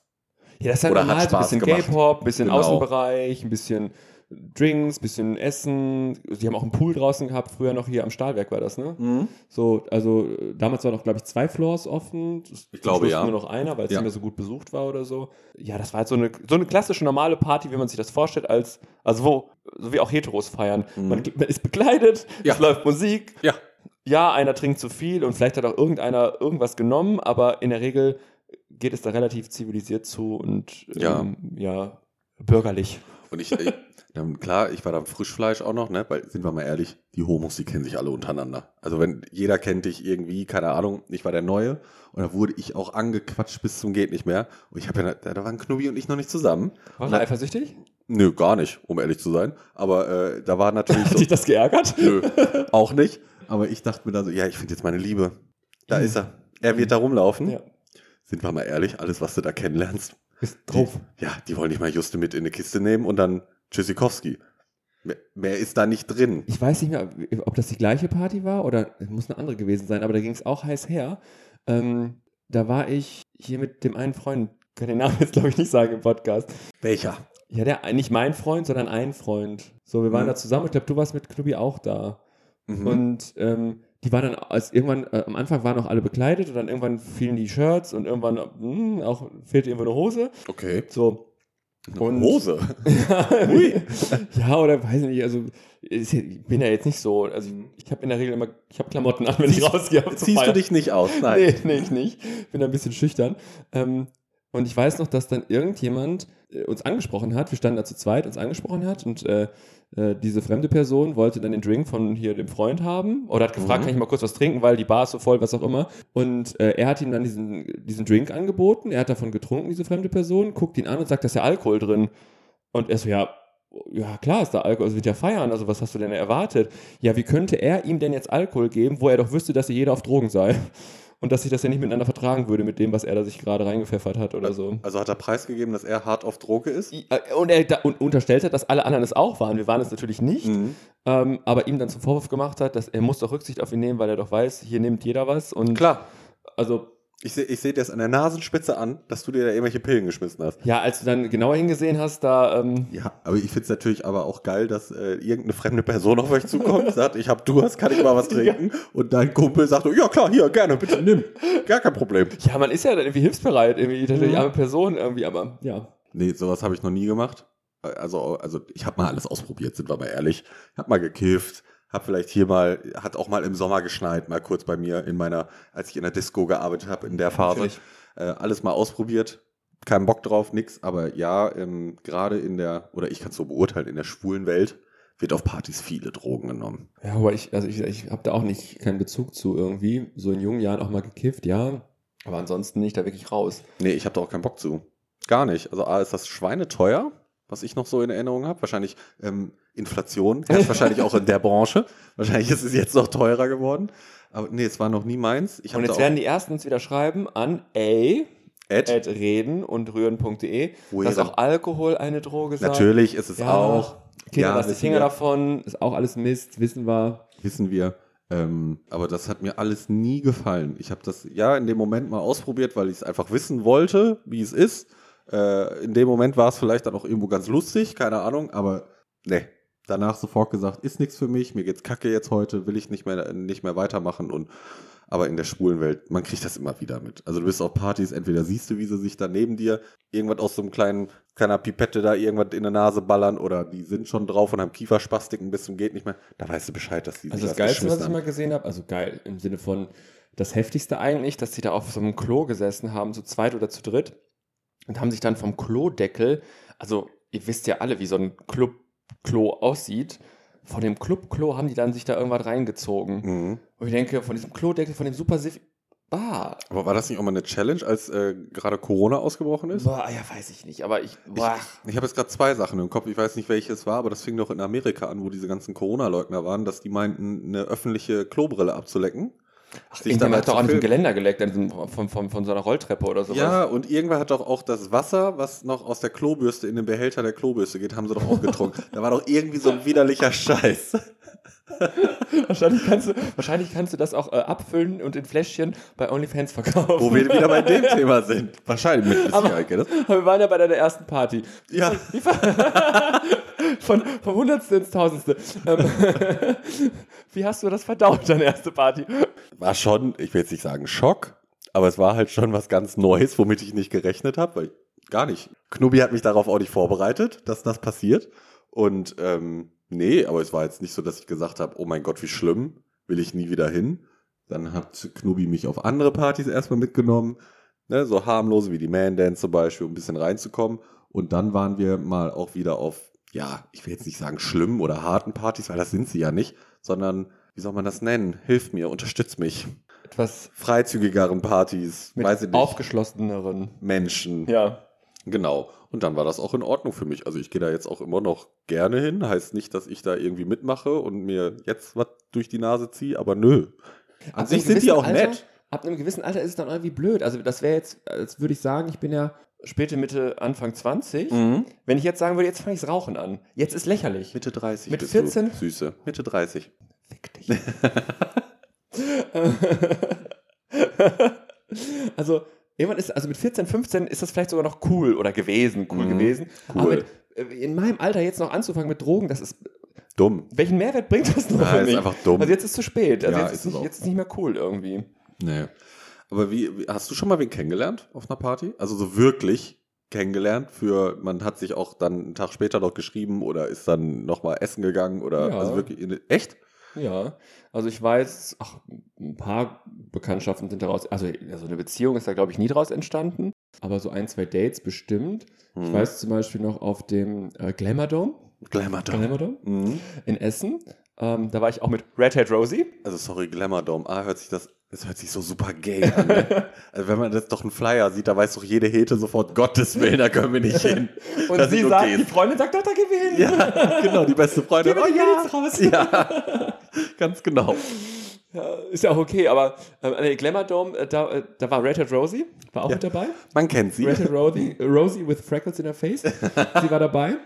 Speaker 1: Ja, das ist halt
Speaker 2: Oder hat
Speaker 1: normal, so ein
Speaker 2: Spaß
Speaker 1: bisschen
Speaker 2: gemacht.
Speaker 1: Gay-Pop, ein bisschen
Speaker 2: Genau.
Speaker 1: Außenbereich, ein bisschen Drinks, ein bisschen Essen. Die haben auch einen Pool draußen gehabt, früher noch hier am Stahlwerk war das, ne?
Speaker 2: Mhm.
Speaker 1: So, also äh, damals waren noch, glaube ich, zwei Floors offen.
Speaker 2: Ich glaube, ja.
Speaker 1: nur noch einer, weil es
Speaker 2: Ja.
Speaker 1: nicht mehr so gut besucht war oder so. Ja, das war halt so eine, so eine klassische normale Party, wie man sich das vorstellt, als, also wo, so wie auch Heteros feiern. Man, man ist bekleidet,
Speaker 2: Mhm. Ja.
Speaker 1: es läuft Musik,
Speaker 2: Ja.
Speaker 1: ja, einer trinkt zu viel und vielleicht hat auch irgendeiner irgendwas genommen, aber in der Regel geht es da relativ zivilisiert zu und
Speaker 2: Ja.
Speaker 1: ähm, ja bürgerlich.
Speaker 2: Und ich, ich dann, klar, ich war dann Frischfleisch auch noch, ne? Weil, sind wir mal ehrlich, die Homos, die kennen sich alle untereinander. Also wenn jeder kennt dich irgendwie, keine Ahnung, ich war der Neue und da wurde ich auch angequatscht bis zum Geht nicht mehr. Und ich habe ja, da da waren Knubi und ich noch nicht zusammen.
Speaker 1: War
Speaker 2: Na-
Speaker 1: er eifersüchtig?
Speaker 2: Nö, gar nicht, um ehrlich zu sein. Aber äh, da war natürlich
Speaker 1: Hat (laughs)
Speaker 2: so,
Speaker 1: dich das geärgert?
Speaker 2: nö, auch nicht. Aber ich dachte mir dann so, ja, ich finde jetzt meine Liebe. Da ist er. Er wird da rumlaufen.
Speaker 1: Ja.
Speaker 2: Sind wir mal ehrlich, alles, was du da kennenlernst,
Speaker 1: Ist drauf.
Speaker 2: ja, die wollen nicht mal Juste mit in eine Kiste nehmen und dann Tschüssikowski. Mehr, mehr ist da nicht drin.
Speaker 1: Ich weiß nicht mehr, ob das die gleiche Party war oder es muss eine andere gewesen sein, aber da ging es auch heiß her. Ähm, da war ich hier mit dem einen Freund, kann den Namen jetzt glaube ich nicht sagen im Podcast.
Speaker 2: Welcher?
Speaker 1: Ja, der nicht mein Freund, sondern ein Freund. So, wir waren
Speaker 2: Mhm.
Speaker 1: da zusammen. Ich glaube, du warst mit Knubi auch da.
Speaker 2: Mhm.
Speaker 1: Und ähm, die waren dann, als irgendwann, äh, am Anfang waren auch alle bekleidet und dann irgendwann fielen die Shirts und irgendwann mh, auch fehlte irgendwo eine Hose.
Speaker 2: okay.
Speaker 1: So. Und-
Speaker 2: Hose. Ui.
Speaker 1: (laughs) ja, oder weiß nicht, also ist- ich bin ja jetzt nicht so. Also ich, ich habe in der Regel immer, ich habe Klamotten an, wenn ich
Speaker 2: Ziehst-
Speaker 1: rausgehe. um auf
Speaker 2: (laughs)
Speaker 1: zur
Speaker 2: Ziehst du
Speaker 1: Feier.
Speaker 2: dich nicht aus? Nein.
Speaker 1: Nee, nee, ich nicht. Bin da ein bisschen schüchtern. Ähm, und ich weiß noch, dass dann irgendjemand äh, uns angesprochen hat. Wir standen da zu zweit, uns angesprochen hat. Und äh, äh, diese fremde Person wollte dann den Drink von hier dem Freund haben. Oder hat gefragt,
Speaker 2: Mhm.
Speaker 1: kann ich mal kurz was trinken, weil die Bar ist so voll, was auch immer. Und äh, er hat ihm dann diesen, diesen Drink angeboten. Er hat davon getrunken, diese fremde Person. Guckt ihn an und sagt, da ist ja Alkohol drin. Und er so, ja, ja klar ist da Alkohol, also wird ja feiern, also was hast du denn erwartet? Ja, wie könnte er ihm denn jetzt Alkohol geben, wo er doch wüsste, dass er jeder auf Drogen sei? (laughs) und dass ich das ja nicht miteinander vertragen würde mit dem, was er da sich gerade reingepfeffert hat oder so.
Speaker 2: Also hat er preisgegeben, dass er hart auf Droge ist?
Speaker 1: I- äh, Und er da, und unterstellt hat, dass alle anderen es auch waren. Wir waren es natürlich nicht,
Speaker 2: Mhm.
Speaker 1: ähm, aber ihm dann zum Vorwurf gemacht hat, dass er muss doch Rücksicht auf ihn nehmen, weil er doch weiß, hier nimmt jeder was. Und
Speaker 2: Klar.
Speaker 1: also
Speaker 2: Ich sehe ich seh dir das an der Nasenspitze an, dass du dir da irgendwelche Pillen geschmissen hast.
Speaker 1: ja, als du dann genauer hingesehen hast, da ähm,
Speaker 2: Ja, aber ich finde es natürlich aber auch geil, dass äh, irgendeine fremde Person auf euch (laughs) zukommt, sagt, ich hab Durst, kann ich mal was trinken? Und dein Kumpel sagt, ja klar, hier, gerne, bitte nimm. Gar kein Problem.
Speaker 1: ja, man ist ja dann irgendwie hilfsbereit, irgendwie tatsächlich
Speaker 2: Mhm.
Speaker 1: arme Person irgendwie, aber ja.
Speaker 2: Nee, sowas habe ich noch nie gemacht. Also, also ich habe mal alles ausprobiert, sind wir mal ehrlich. Ich habe mal gekifft, habe vielleicht hier mal, hat auch mal im Sommer geschneit, mal kurz bei mir in meiner, als ich in der Disco gearbeitet habe, in der Phase.
Speaker 1: Natürlich.
Speaker 2: Äh, alles mal ausprobiert, keinen Bock drauf, nix. Aber ja, ähm, gerade in der, oder ich kann es so beurteilen, in der schwulen Welt wird auf Partys viele Drogen genommen.
Speaker 1: Ja, aber ich, also ich, ich habe da auch nicht keinen Bezug zu irgendwie. So in jungen Jahren auch mal gekifft, ja. Aber ansonsten nicht da wirklich raus.
Speaker 2: Nee, ich habe da auch keinen Bock zu. Gar nicht. Also A, ist das schweineteuer, was ich noch so in Erinnerung habe. Wahrscheinlich ähm, Inflation, herrscht wahrscheinlich auch in der Branche. Wahrscheinlich ist es jetzt noch teurer geworden. Aber nee, es war noch nie meins. Ich hab
Speaker 1: Und
Speaker 2: da
Speaker 1: jetzt
Speaker 2: auch
Speaker 1: werden die ersten uns wieder schreiben an a
Speaker 2: Ed,
Speaker 1: at reden und rühren.de,
Speaker 2: Wo
Speaker 1: dass
Speaker 2: ihr-
Speaker 1: auch Alkohol eine Droge sei.
Speaker 2: also Natürlich ist es
Speaker 1: Ja,
Speaker 2: auch,
Speaker 1: Kinder,
Speaker 2: Ja,
Speaker 1: lasst die
Speaker 2: wissen
Speaker 1: Finger
Speaker 2: wir.
Speaker 1: davon, ist auch alles Mist, wissen wir.
Speaker 2: wissen wir. Ähm, aber das hat mir alles nie gefallen. Ich habe das ja in dem Moment mal ausprobiert, weil ich es einfach wissen wollte, wie es ist. Äh, in dem Moment war es vielleicht dann auch irgendwo ganz lustig, keine Ahnung, aber nee. Danach sofort gesagt, ist nichts für mich, mir geht's kacke jetzt heute, will ich nicht mehr, nicht mehr weitermachen und aber in der schwulen Welt, man kriegt das immer wieder mit. Also du bist auf Partys, entweder siehst du, wie sie sich da neben dir irgendwas aus so einem kleinen, kleiner Pipette da irgendwas in der Nase ballern oder die sind schon drauf und haben Kieferspastiken bis zum geht nicht mehr. Da weißt du Bescheid, dass die
Speaker 1: Also das
Speaker 2: was
Speaker 1: Geilste, was
Speaker 2: geschmissen
Speaker 1: ich
Speaker 2: haben.
Speaker 1: mal gesehen habe, also geil im Sinne von das Heftigste eigentlich, dass die da auf so einem Klo gesessen haben, zu zweit oder zu dritt und haben sich dann vom Klodeckel, also ihr wisst ja alle, wie so ein Club-Klo aussieht, von dem Club-Klo haben die dann sich da irgendwas reingezogen.
Speaker 2: Mhm.
Speaker 1: Und ich denke, von diesem Klodeckel, von dem Supersiff, bah,
Speaker 2: Aber war das nicht auch mal eine Challenge, als äh, gerade Corona ausgebrochen ist?
Speaker 1: bah, ja, weiß ich nicht, aber ich, bah,
Speaker 2: Ich habe jetzt gerade zwei Sachen im Kopf. Ich weiß nicht, welche es war, aber das fing doch in Amerika an, wo diese ganzen Corona-Leugner waren, dass die meinten, eine öffentliche Klobrille abzulecken.
Speaker 1: ach,
Speaker 2: sich dann
Speaker 1: irgendjemand
Speaker 2: mal
Speaker 1: hat
Speaker 2: halt zu
Speaker 1: doch an diesem
Speaker 2: filmen.
Speaker 1: Geländer geleckt, an diesem, von, von, von so einer Rolltreppe oder sowas.
Speaker 2: Ja, und irgendwer hat doch auch das Wasser, was noch aus der Klobürste in den Behälter der Klobürste geht, haben sie doch auch getrunken. da war doch irgendwie so ein widerlicher Scheiß.
Speaker 1: Wahrscheinlich kannst du, wahrscheinlich kannst du das auch äh, abfüllen und in Fläschchen bei OnlyFans verkaufen.
Speaker 2: Wo wir wieder bei
Speaker 1: (laughs)
Speaker 2: dem Thema sind. Wahrscheinlich mit bisschen
Speaker 1: Aber-
Speaker 2: Alke, ne?
Speaker 1: Aber wir waren ja bei deiner ersten Party.
Speaker 2: Ja.
Speaker 1: Wie ver- (laughs) Von, vom Hundertsten ins Tausendste. Ähm, (laughs) wie hast du das verdaut, deine erste Party?
Speaker 2: war schon, ich will jetzt nicht sagen Schock, aber es war halt schon was ganz Neues, womit ich nicht gerechnet habe, weil gar nicht. Knubi hat mich darauf auch nicht vorbereitet, dass das passiert. Und ähm, nee, aber es war jetzt nicht so, dass ich gesagt habe, oh mein Gott, wie schlimm, will ich nie wieder hin. Dann hat Knubi mich auf andere Partys erstmal mitgenommen, ne, so harmlose wie die Man Dance zum Beispiel, um ein bisschen reinzukommen. Und dann waren wir mal auch wieder auf, ja, ich will jetzt nicht sagen schlimmen oder harten Partys, weil das sind sie ja nicht, sondern wie soll man das nennen? Hilf mir, unterstütz mich
Speaker 1: Etwas
Speaker 2: freizügigeren Partys, weiß ich nicht,
Speaker 1: aufgeschlosseneren.
Speaker 2: Menschen.
Speaker 1: Ja.
Speaker 2: Genau. Und dann war das auch in Ordnung für mich. Also ich gehe da jetzt auch immer noch gerne hin. Heißt nicht, dass ich da irgendwie mitmache und mir jetzt was durch die Nase ziehe, aber nö. An
Speaker 1: Ab einem
Speaker 2: sich sind die
Speaker 1: gewissen
Speaker 2: auch
Speaker 1: Alter,
Speaker 2: nett.
Speaker 1: Ab einem gewissen Alter ist es dann irgendwie blöd. Also das wäre jetzt, als würde ich sagen, ich bin ja späte Mitte, Anfang 20.
Speaker 2: Mhm.
Speaker 1: Wenn ich jetzt sagen würde, jetzt fange ich Rauchen an. Jetzt ist lächerlich.
Speaker 2: Mitte 30.
Speaker 1: Mit
Speaker 2: bist
Speaker 1: 14?
Speaker 2: Du, Süße. Mitte 30.
Speaker 1: Fick dich. also, irgendwann ist, also mit 14, 15 ist das vielleicht sogar noch cool oder gewesen, cool
Speaker 2: Mhm.
Speaker 1: gewesen.
Speaker 2: Cool.
Speaker 1: Aber mit, äh, in meinem Alter jetzt noch anzufangen mit Drogen, das ist,
Speaker 2: Dumm.
Speaker 1: welchen Mehrwert bringt das noch
Speaker 2: Ja,
Speaker 1: für
Speaker 2: ist
Speaker 1: mich?
Speaker 2: einfach dumm.
Speaker 1: Also jetzt ist es zu spät. Also
Speaker 2: Ja,
Speaker 1: jetzt,
Speaker 2: ist
Speaker 1: ist
Speaker 2: es
Speaker 1: nicht,
Speaker 2: auch.
Speaker 1: jetzt ist nicht mehr cool irgendwie.
Speaker 2: Nee. Aber wie, wie, hast du schon mal wen kennengelernt auf einer Party? Also so wirklich kennengelernt für, man hat sich auch dann einen Tag später noch geschrieben oder ist dann nochmal essen gegangen oder
Speaker 1: Ja.
Speaker 2: also wirklich, in, echt?
Speaker 1: Ja, also ich weiß, ach, ein paar Bekanntschaften sind daraus, also, also eine Beziehung ist da glaube ich nie daraus entstanden, aber so ein, zwei Dates bestimmt. Ich
Speaker 2: Hm.
Speaker 1: weiß zum Beispiel noch auf dem äh, Glamour Dome,
Speaker 2: Glamour Dome.
Speaker 1: Glamour Dome
Speaker 2: Mhm.
Speaker 1: in Essen. Ähm, da war ich auch mit Red Hat Rosie.
Speaker 2: Also sorry, Glamour Dome. A hört sich das, es hört sich so super gay an. Ne?
Speaker 1: (laughs)
Speaker 2: also wenn man das doch einen Flyer sieht, da weiß doch jede Hete sofort, Gottes Willen, da können wir nicht hin.
Speaker 1: (laughs) Und
Speaker 2: Das
Speaker 1: sie
Speaker 2: sind
Speaker 1: sagt,
Speaker 2: OTs.
Speaker 1: Ah, die Freundin sagt, doch, da geh wir hin.
Speaker 2: ja, genau, die beste
Speaker 1: Geh
Speaker 2: Freundin. (laughs)
Speaker 1: bitte
Speaker 2: Oh,
Speaker 1: hier jetzt raus.
Speaker 2: Ja, ganz genau.
Speaker 1: Ja, ist ja auch okay, aber ähm, an der Glamour Dome, äh, da, äh, da war Red Hat Rosie, war auch
Speaker 2: Ja.
Speaker 1: mit dabei.
Speaker 2: Man kennt sie.
Speaker 1: Red Hat Rosie, äh, Rosie with Freckles in her face, sie war dabei.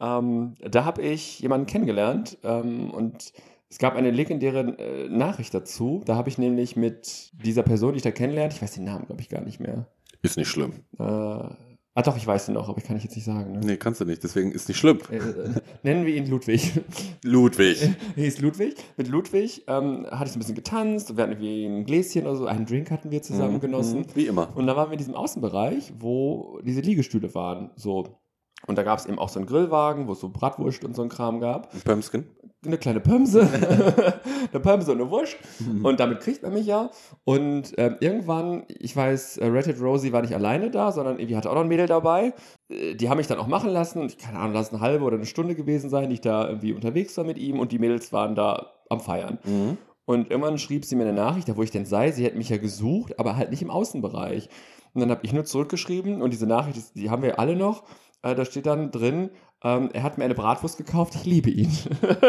Speaker 1: Ähm, da habe ich jemanden kennengelernt ähm, und es gab eine legendäre äh, Nachricht dazu. Da habe ich nämlich mit dieser Person, die ich da kennenlernte, ich weiß den Namen, glaube ich, gar nicht mehr.
Speaker 2: Ist nicht schlimm.
Speaker 1: Äh, ah doch, ich weiß ihn noch, aber kann ich jetzt nicht sagen. Ne?
Speaker 2: Nee, kannst du nicht, deswegen ist nicht schlimm.
Speaker 1: Äh, äh, nennen wir ihn Ludwig.
Speaker 2: Ludwig.
Speaker 1: (laughs) hieß Ludwig. Mit Ludwig ähm, hatte ich so ein bisschen getanzt und wir hatten irgendwie ein Gläschen oder so, einen Drink hatten wir
Speaker 2: Mhm,
Speaker 1: zusammen genossen.
Speaker 2: Wie immer.
Speaker 1: Und dann waren wir in diesem Außenbereich, wo diese Liegestühle waren. So. Und da gab es eben auch so einen Grillwagen, wo es so Bratwurst und so ein Kram gab.
Speaker 2: Pömsken.
Speaker 1: Eine kleine Pömse. eine Pömse und eine Wurst. Und damit kriegt man mich ja. Und ähm, irgendwann, ich weiß, äh, Red Hat Rosie war nicht alleine da, sondern irgendwie hatte auch noch ein Mädel dabei. Äh, die haben mich dann auch machen lassen. Und ich keine Ahnung, lass eine halbe oder eine Stunde gewesen sein, die ich da irgendwie unterwegs war mit ihm. Und die Mädels waren da am Feiern.
Speaker 2: Mhm.
Speaker 1: Und irgendwann schrieb sie mir eine Nachricht, da wo ich denn sei. Sie hätte mich ja gesucht, aber halt nicht im Außenbereich. Und dann habe ich nur zurückgeschrieben und diese Nachricht, die- die haben wir alle noch. Äh, da steht dann drin, ähm, er hat mir eine Bratwurst gekauft, ich liebe ihn.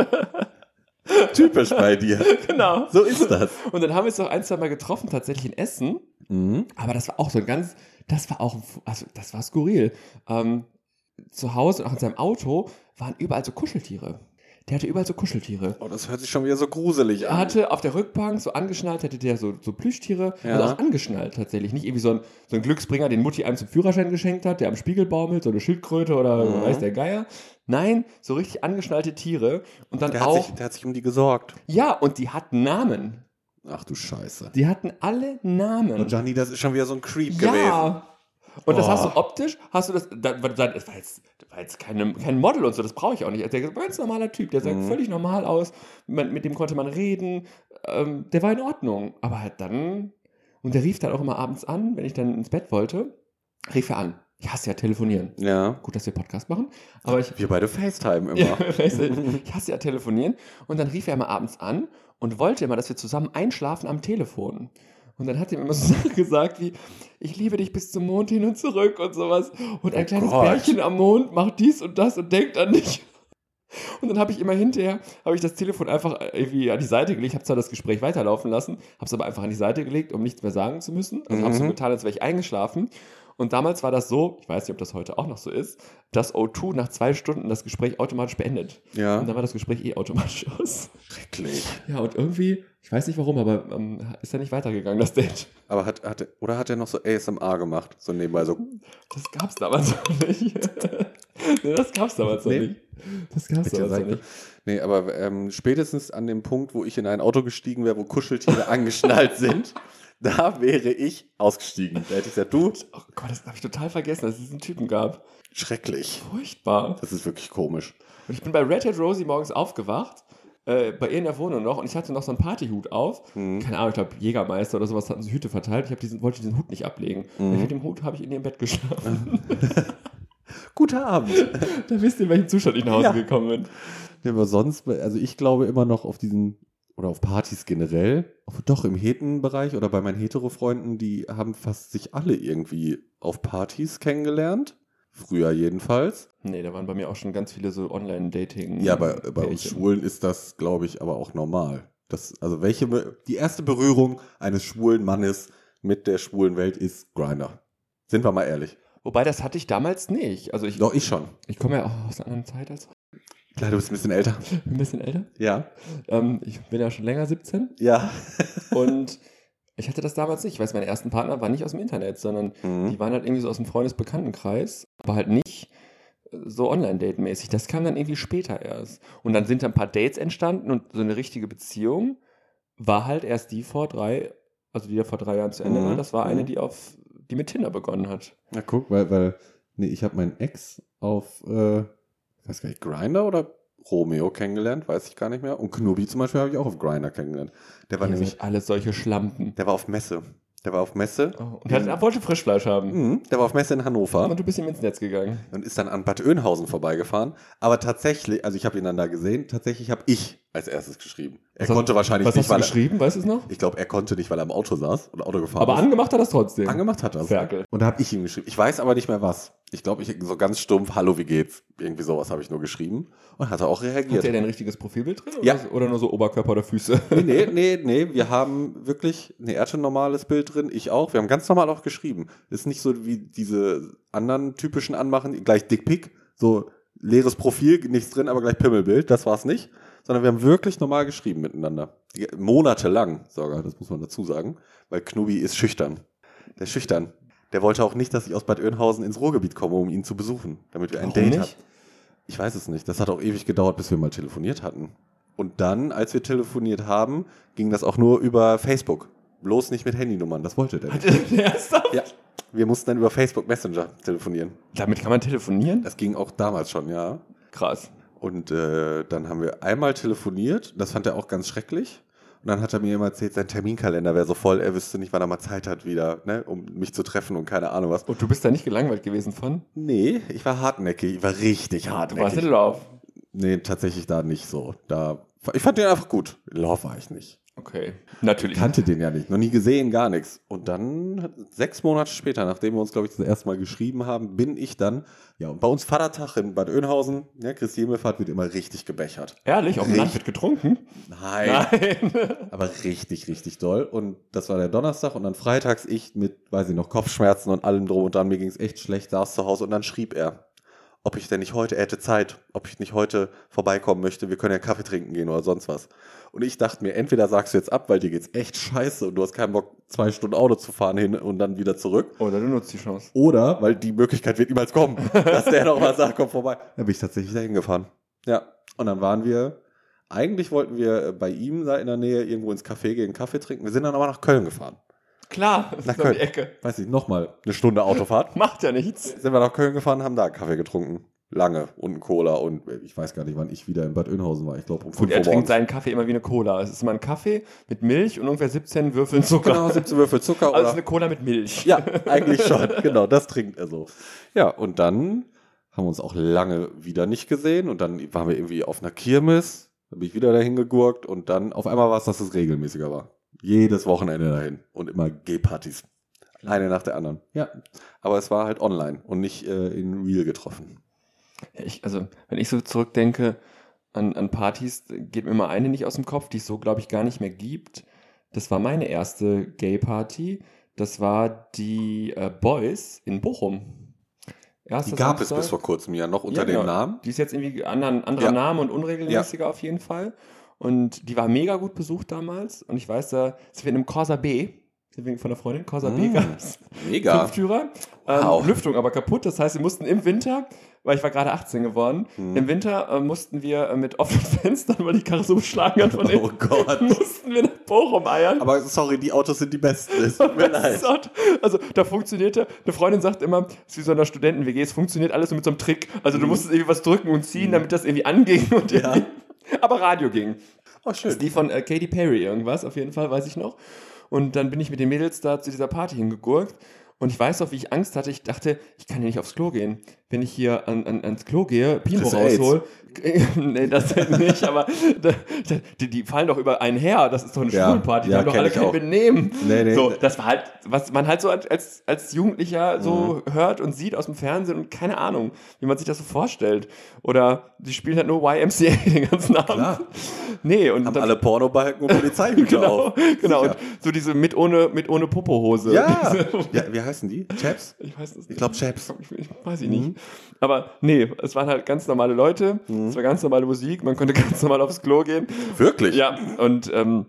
Speaker 2: (laughs)
Speaker 1: (laughs)
Speaker 2: Typisch bei dir.
Speaker 1: genau.
Speaker 2: So ist das.
Speaker 1: Und dann haben wir uns noch ein, zwei Mal getroffen, tatsächlich in Essen.
Speaker 2: Mhm.
Speaker 1: Aber das war auch so ein ganz, das war auch, ein Fu- also das war skurril. Ähm, zu Hause und auch in seinem Auto waren überall so Kuscheltiere. Der hatte überall so Kuscheltiere.
Speaker 2: Oh, das hört sich schon wieder so gruselig
Speaker 1: Er
Speaker 2: an.
Speaker 1: hatte auf der Rückbank so angeschnallt, hatte der so, so Plüschtiere,
Speaker 2: Ja.
Speaker 1: also auch angeschnallt tatsächlich. Nicht irgendwie so ein, so ein Glücksbringer, den Mutti einem zum Führerschein geschenkt hat, der am Spiegel baumelt, so eine Schildkröte oder
Speaker 2: Mhm.
Speaker 1: weiß der Geier. Nein, so richtig angeschnallte Tiere. Und dann
Speaker 2: Der
Speaker 1: auch.
Speaker 2: hat, sich, der hat sich um die gesorgt.
Speaker 1: ja, und die hatten Namen.
Speaker 2: Ach du Scheiße.
Speaker 1: Die hatten alle Namen.
Speaker 2: Und Johnny, das ist schon wieder so ein Creep gewesen.
Speaker 1: Ja. Und das
Speaker 2: Boah.
Speaker 1: hast du optisch, hast du das, da- da- da- das war jetzt, das war jetzt keine, kein Model und so, das brauche ich auch nicht. Der ist ein ganz normaler Typ, der sah
Speaker 2: Mhm.
Speaker 1: völlig normal aus, man, mit dem konnte man reden, ähm, der war in Ordnung. Aber halt dann, und der rief dann auch immer abends an, wenn ich dann ins Bett wollte, rief er an. Ich hasse ja telefonieren.
Speaker 2: Ja.
Speaker 1: Gut, dass wir Podcast machen, aber ich,
Speaker 2: Wir beide FaceTime immer.
Speaker 1: ja, (laughs) weißt du, ich hasse ja telefonieren. Und dann rief er immer abends an und wollte immer, dass wir zusammen einschlafen am Telefon. Und dann hat er mir immer so (laughs) Sachen gesagt wie, ich liebe dich bis zum Mond hin und zurück und sowas. Und
Speaker 2: Oh
Speaker 1: ein kleines
Speaker 2: Gott.
Speaker 1: Bärchen am Mond macht dies und das und denkt an dich. (laughs) Und dann habe ich immer hinterher, habe ich das Telefon einfach äh, irgendwie an die Seite gelegt, habe zwar das Gespräch weiterlaufen lassen, habe es aber einfach an die Seite gelegt, um nichts mehr sagen zu müssen. Also habe so
Speaker 2: Mhm.
Speaker 1: getan, als wäre ich eingeschlafen. Und damals war das so, ich weiß nicht, ob das heute auch noch so ist, dass O2 nach zwei Stunden das Gespräch automatisch beendet. Und
Speaker 2: Ja.
Speaker 1: dann war das Gespräch eh automatisch aus.
Speaker 2: Schrecklich.
Speaker 1: Ja, und irgendwie, ich weiß nicht warum, aber ähm, ist ja nicht weitergegangen, das Date.
Speaker 2: Aber hat, hat, er- oder hat er noch so ASMR gemacht? So nebenbei so.
Speaker 1: Das gab's damals noch nicht. (laughs) nee, das gab's damals noch
Speaker 2: Nee.
Speaker 1: nicht. Das gab's
Speaker 2: Bitte
Speaker 1: damals
Speaker 2: sag
Speaker 1: noch nicht.
Speaker 2: also Nee, aber ähm, spätestens an dem Punkt, wo ich in ein Auto gestiegen wäre, wo Kuscheltiere (laughs) angeschnallt sind, da wäre ich ausgestiegen. Da hätte ich gesagt, du,
Speaker 1: Oh Gott, das habe ich total vergessen, dass es diesen Typen gab.
Speaker 2: schrecklich.
Speaker 1: Furchtbar.
Speaker 2: Das ist wirklich komisch.
Speaker 1: Und ich bin bei Red Hat Rosie morgens aufgewacht, äh, bei ihr in der Wohnung noch, und ich hatte noch so einen Partyhut auf.
Speaker 2: Mhm.
Speaker 1: Keine Ahnung, ich glaube, Jägermeister oder sowas hatten sie Hüte verteilt. Ich hab diesen, wollte diesen Hut nicht ablegen. Und
Speaker 2: Mhm.
Speaker 1: mit dem Hut habe ich in ihrem Bett geschlafen. (laughs)
Speaker 2: Guter Abend.
Speaker 1: da wisst ihr, in welchem Zustand ich nach Hause
Speaker 2: Ja.
Speaker 1: gekommen bin.
Speaker 2: Ja, aber sonst, also ich glaube immer noch auf diesen, oder auf Partys generell, auf, doch im Hetenbereich oder bei meinen Hetero-Freunden, die haben fast sich alle irgendwie auf Partys kennengelernt. Früher jedenfalls.
Speaker 1: Nee, da waren bei mir auch schon ganz viele so Online-Dating.
Speaker 2: Ja, bei, bei uns
Speaker 1: Mhm. Pärchen.
Speaker 2: Schwulen ist das, glaube ich, aber auch normal. Das, also welche, Be- die erste Berührung eines schwulen Mannes mit der schwulen Welt ist Grinder. Sind wir mal ehrlich.
Speaker 1: Wobei, das hatte ich damals nicht. Also ich,
Speaker 2: Doch, ich schon.
Speaker 1: ich komme ja oh, auch aus einer anderen Zeit als
Speaker 2: Klar, du bist ein bisschen älter.
Speaker 1: (laughs) ein bisschen älter.
Speaker 2: Ja.
Speaker 1: Ähm, ich bin ja schon länger 17
Speaker 2: Ja.
Speaker 1: und ich hatte das damals nicht. Ich weiß, meine ersten Partner waren nicht aus dem Internet, sondern die
Speaker 2: Mhm.
Speaker 1: waren halt irgendwie so aus dem Freundesbekanntenkreis, aber halt nicht äh, so Online-Date-mäßig. Das kam dann irgendwie später erst. Und dann sind da ein paar Dates entstanden und so eine richtige Beziehung war halt erst die vor drei, also die da vor drei Jahren zu Ende
Speaker 2: Mhm.
Speaker 1: war. Das war eine,
Speaker 2: Mhm.
Speaker 1: die auf, die mit Tinder begonnen hat.
Speaker 2: Na guck, weil, weil, nee, ich habe meinen Ex auf, äh, weiß gar nicht, Grinder oder Romeo kennengelernt, weiß ich gar nicht mehr. Und Knubi zum Beispiel habe ich auch auf Grinder kennengelernt. Der war
Speaker 1: Ihr
Speaker 2: nämlich,
Speaker 1: seid alles solche Schlampen.
Speaker 2: der war auf Messe. Der war auf Messe.
Speaker 1: Oh, und hat, er wollte Frischfleisch haben.
Speaker 2: Mhm, der war auf Messe in Hannover.
Speaker 1: Und du bist ihm ins Netz gegangen.
Speaker 2: und ist dann an Bad Oeynhausen vorbeigefahren. Aber tatsächlich, also ich habe ihn dann da gesehen, tatsächlich habe ich als erstes geschrieben. Er
Speaker 1: Was hast-
Speaker 2: konnte wahrscheinlich
Speaker 1: Was
Speaker 2: nicht,
Speaker 1: hast du
Speaker 2: weil
Speaker 1: geschrieben? Weißt du es noch?
Speaker 2: er, ich glaube, er konnte nicht, weil er im Auto saß und Auto gefahren
Speaker 1: Aber
Speaker 2: ist.
Speaker 1: angemacht hat er es trotzdem.
Speaker 2: Angemacht hat er es.
Speaker 1: Ferkel.
Speaker 2: Und da habe ich ihm geschrieben. Ich weiß aber nicht mehr was. Ich glaube, ich so ganz stumpf, hallo, wie geht's? Irgendwie sowas habe ich nur geschrieben. Und hat er auch reagiert.
Speaker 1: Hat er denn ein richtiges Profilbild drin? Oder,
Speaker 2: Ja.
Speaker 1: oder nur so Oberkörper oder Füße?
Speaker 2: Nee, nee, nee, nee, wir haben wirklich, nee, er hatte ein normales Bild drin, ich auch. Wir haben ganz normal auch geschrieben. Ist nicht so wie diese anderen typischen Anmachen, gleich Dickpick, so leeres Profil, nichts drin, aber gleich Pimmelbild, das war's nicht. Sondern wir haben wirklich normal geschrieben miteinander. Die- Monatelang sogar, das muss man dazu sagen, weil Knubi ist schüchtern. Der ist schüchtern. Der wollte auch nicht, dass ich aus Bad Oeynhausen ins Ruhrgebiet komme, um ihn zu besuchen, damit wir ein
Speaker 1: Warum
Speaker 2: Date
Speaker 1: nicht?
Speaker 2: hatten. Ich weiß es nicht. Das hat auch ewig gedauert, bis wir mal telefoniert hatten. Und dann, als wir telefoniert haben, ging das auch nur über Facebook. Bloß nicht mit Handynummern, das wollte der nicht.
Speaker 1: (laughs) Ernsthaft?
Speaker 2: Ja. Wir mussten dann über Facebook Messenger telefonieren.
Speaker 1: Damit kann man telefonieren?
Speaker 2: Das ging auch damals schon, ja.
Speaker 1: Krass.
Speaker 2: Und äh, dann haben wir einmal telefoniert, das fand er auch ganz schrecklich. Und dann hat er mir immer erzählt, sein Terminkalender wäre so voll, er wüsste nicht, wann er mal Zeit hat wieder, ne, um mich zu treffen und keine Ahnung was.
Speaker 1: Und du bist da nicht gelangweilt gewesen von?
Speaker 2: Nee, ich war hartnäckig, ich war richtig
Speaker 1: Du warst
Speaker 2: hartnäckig.
Speaker 1: in Love.
Speaker 2: Nee, tatsächlich da nicht so. Da, ich fand den einfach gut. In Love war ich nicht.
Speaker 1: Okay.
Speaker 2: Ich
Speaker 1: Natürlich.
Speaker 2: kannte den ja nicht, noch nie gesehen, gar nichts. Und dann, sechs Monate später, nachdem wir uns, glaube ich, das erste Mal geschrieben haben, bin ich dann, ja, und bei uns Vatertag in Bad Oeynhausen, ne, Christi Himmelfahrt wird immer richtig gebechert.
Speaker 1: Ehrlich, auf dem Land
Speaker 2: Richtig.
Speaker 1: wird getrunken?
Speaker 2: Nein, (laughs) aber richtig, richtig doll. Und das war der Donnerstag und dann freitags ich mit, weiß ich noch, Kopfschmerzen und allem drum und dran. Mir ging es echt schlecht, saß zu Hause und dann schrieb er, ob ich denn nicht heute, er hätte Zeit, ob ich nicht heute vorbeikommen möchte, wir können ja Kaffee trinken gehen oder sonst was. Und ich dachte mir, entweder sagst du jetzt ab, weil dir geht's echt scheiße und du hast keinen Bock, zwei Stunden Auto zu fahren hin und dann wieder zurück.
Speaker 1: Oder du nutzt die Chance.
Speaker 2: Oder, weil die Möglichkeit wird niemals kommen, (laughs) dass der noch mal sagt, komm vorbei. Dann bin ich tatsächlich dahin gefahren. Ja, und dann waren wir, eigentlich wollten wir äh, bei ihm da in der Nähe irgendwo ins Café gehen, Kaffee trinken. Wir sind dann aber nach Köln gefahren.
Speaker 1: Klar, das
Speaker 2: Na,
Speaker 1: ist um die
Speaker 2: cool.
Speaker 1: Ecke.
Speaker 2: Weiß ich, nochmal eine Stunde Autofahrt.
Speaker 1: Macht ja nichts.
Speaker 2: (laughs) sind wir nach Köln gefahren, haben da Kaffee getrunken. Lange und einen Cola und äh, ich weiß gar nicht, wann ich wieder in Bad Oeynhausen war. Ich glaube um 5
Speaker 1: Gut, er
Speaker 2: Uhr
Speaker 1: trinkt
Speaker 2: morgens.
Speaker 1: seinen Kaffee immer wie eine Cola. Es ist immer ein Kaffee mit Milch und ungefähr 17 Würfeln Zucker.
Speaker 2: Genau, 17 Würfel Zucker (laughs)
Speaker 1: Also es ist
Speaker 2: oder
Speaker 1: eine Cola mit Milch.
Speaker 2: Ja, eigentlich schon. Genau, das trinkt er so. Ja, und dann haben wir uns auch lange wieder nicht gesehen und dann waren wir irgendwie auf einer Kirmes, da bin ich wieder dahin gegurkt und dann auf einmal war es, dass es regelmäßiger war. Jedes Wochenende dahin und immer Gay-Partys. Eine nach der anderen. Ja, aber es war halt online und nicht äh, in Real getroffen.
Speaker 1: Ja, ich, also, wenn ich so zurückdenke an, an Partys, geht mir mal eine nicht aus dem Kopf, die es so, glaube ich, gar nicht mehr gibt. Das war meine erste Gay-Party. Das war die äh, Boys in Bochum.
Speaker 2: Die
Speaker 1: Erster
Speaker 2: gab es
Speaker 1: Samstag.
Speaker 2: bis vor kurzem ja noch unter
Speaker 1: Ja, genau.
Speaker 2: dem Namen.
Speaker 1: Die ist jetzt irgendwie anderen, anderer
Speaker 2: Ja.
Speaker 1: Name und unregelmäßiger auf jeden Fall. Und die war mega gut besucht damals. Und ich weiß, da sind wir in einem Corsa B, sind wir von der Freundin, Corsa B
Speaker 2: Mm.
Speaker 1: gab es.
Speaker 2: Mega.
Speaker 1: Fünftürer.
Speaker 2: Wow.
Speaker 1: Ähm, Lüftung aber kaputt. Das heißt, wir mussten im Winter, weil ich war gerade 18 geworden,
Speaker 2: Hm.
Speaker 1: im Winter äh, mussten wir äh, mit offenen (laughs) Fenstern, weil die Karre so beschlagen hat
Speaker 2: (laughs)
Speaker 1: von
Speaker 2: Oh
Speaker 1: innen,
Speaker 2: Gott.
Speaker 1: mussten wir nach Bochum eiern.
Speaker 2: Aber sorry, die Autos sind die besten. Es tut mir leid.
Speaker 1: Also da funktionierte, eine Freundin sagt immer, es ist wie so einer Studenten-WG, es funktioniert alles nur mit so einem Trick. Also du musstest irgendwie was drücken und ziehen, damit das irgendwie anging. Und
Speaker 2: Hm. Ja.
Speaker 1: irgendwie- (laughs) Aber Radio ging.
Speaker 2: Oh,
Speaker 1: Das ist die von äh, Katy Perry irgendwas, auf jeden Fall, weiß ich noch. Und dann bin ich mit den Mädels da zu dieser Party hingegurkt. Und ich weiß noch, wie ich Angst hatte. Ich dachte, ich kann hier nicht aufs Klo gehen. Wenn ich hier an, an, ans Klo gehe, Pino
Speaker 2: Kriegst du Aids?
Speaker 1: raushol. (laughs) nee, das halt nicht, aber (laughs) da, da, die, die fallen doch über einen her. Das ist doch eine
Speaker 2: Ja,
Speaker 1: Schwulenparty.
Speaker 2: ja,
Speaker 1: die haben doch
Speaker 2: kenn
Speaker 1: alle
Speaker 2: ich
Speaker 1: kein
Speaker 2: auch.
Speaker 1: Benehmen.
Speaker 2: Nee, nee.
Speaker 1: So, das war halt, was man halt so als, als Jugendlicher so
Speaker 2: Mhm.
Speaker 1: hört und sieht aus dem Fernsehen und keine Ahnung, wie man sich das so vorstellt. Oder die spielen halt nur YMCA (laughs) den ganzen Abend.
Speaker 2: Klar.
Speaker 1: Nee, und
Speaker 2: Haben
Speaker 1: dann-
Speaker 2: alle Pornobalken und Polizeihüter
Speaker 1: (laughs) genau,
Speaker 2: auf.
Speaker 1: genau.
Speaker 2: Sicher.
Speaker 1: Und so diese mit ohne, mit ohne Popohose.
Speaker 2: Ja.
Speaker 1: Diese-
Speaker 2: ja, wie heißen die? Chaps?
Speaker 1: (laughs) Ich weiß es
Speaker 2: Ich Mhm.
Speaker 1: nicht.
Speaker 2: glaube Chaps.
Speaker 1: (laughs) Ich- ich- Weiß ich nicht. Aber nee, es waren halt ganz normale Leute,
Speaker 2: Mhm.
Speaker 1: es war ganz normale Musik, man konnte (laughs) ganz normal aufs Klo gehen.
Speaker 2: Wirklich?
Speaker 1: Ja, und ähm,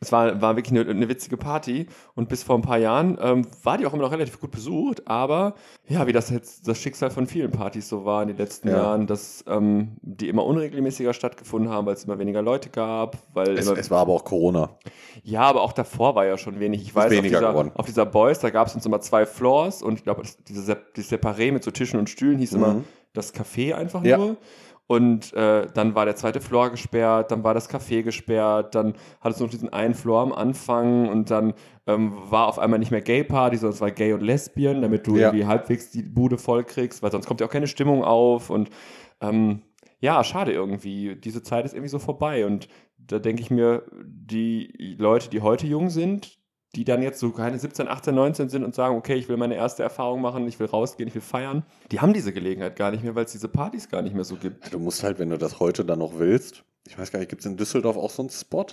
Speaker 1: es war, war wirklich eine, eine witzige Party. Und bis vor ein paar Jahren ähm, war die auch immer noch relativ gut besucht, aber ja, wie das jetzt das Schicksal von vielen Partys so war in den letzten
Speaker 2: Ja.
Speaker 1: Jahren, dass ähm, die immer unregelmäßiger stattgefunden haben, weil es immer weniger Leute gab, weil
Speaker 2: Es,
Speaker 1: immer
Speaker 2: es war aber auch Corona.
Speaker 1: ja, aber auch davor war ja schon wenig. Ich weiß, auf
Speaker 2: weniger geworden.
Speaker 1: dieser, auf dieser Boys, da gab es uns immer zwei Floors und ich glaube, das- diese Sep- die Separé mit so Tischen und Stühlen hieß immer
Speaker 2: Mhm.
Speaker 1: das Café einfach
Speaker 2: Ja.
Speaker 1: nur. Und äh, dann war der zweite Floor gesperrt, dann war das Café gesperrt, dann hattest du noch diesen einen Floor am Anfang und dann ähm, war auf einmal nicht mehr Gay-Party, sondern es war Gay und Lesbian, damit du
Speaker 2: Ja.
Speaker 1: irgendwie halbwegs die Bude voll kriegst, weil sonst kommt ja auch keine Stimmung auf und ähm, ja, schade irgendwie. Diese Zeit ist irgendwie so vorbei. Und da denke ich mir, die Leute, die heute jung sind, die dann jetzt so keine 17, 18, 19 sind und sagen, okay, ich will meine erste Erfahrung machen, ich will rausgehen, ich will feiern, die haben diese Gelegenheit gar nicht mehr, weil es diese Partys gar nicht mehr so gibt.
Speaker 2: Du musst halt, wenn du das heute dann noch willst, ich weiß gar nicht, gibt es in Düsseldorf auch so einen Spot?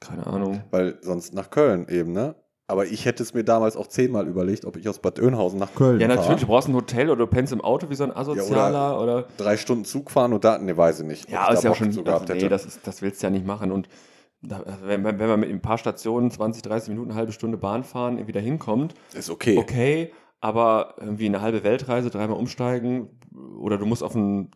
Speaker 1: Keine Ahnung.
Speaker 2: Weil sonst nach Köln eben, ne? Aber ich hätte es mir damals auch zehnmal überlegt, ob ich aus Bad Oeynhausen nach Köln
Speaker 1: Ja,
Speaker 2: fahre.
Speaker 1: natürlich, du brauchst ein Hotel oder du pennst im Auto wie so ein Asozialer oder,
Speaker 2: Drei Stunden Zug fahren und Daten, ne, weiß ich nicht. ob
Speaker 1: Ja,
Speaker 2: ich da
Speaker 1: ist ja auch
Speaker 2: Bock
Speaker 1: schon.
Speaker 2: zu
Speaker 1: Also,
Speaker 2: gehabt
Speaker 1: nee,
Speaker 2: hätte.
Speaker 1: das, ist, das willst du ja nicht machen. Und da, wenn, wenn wenn man mit ein paar Stationen 20, 30 Minuten, eine halbe Stunde Bahn fahren, irgendwie da hinkommt,
Speaker 2: ist okay.
Speaker 1: okay, aber irgendwie eine halbe Weltreise, dreimal umsteigen oder du musst auf, ein,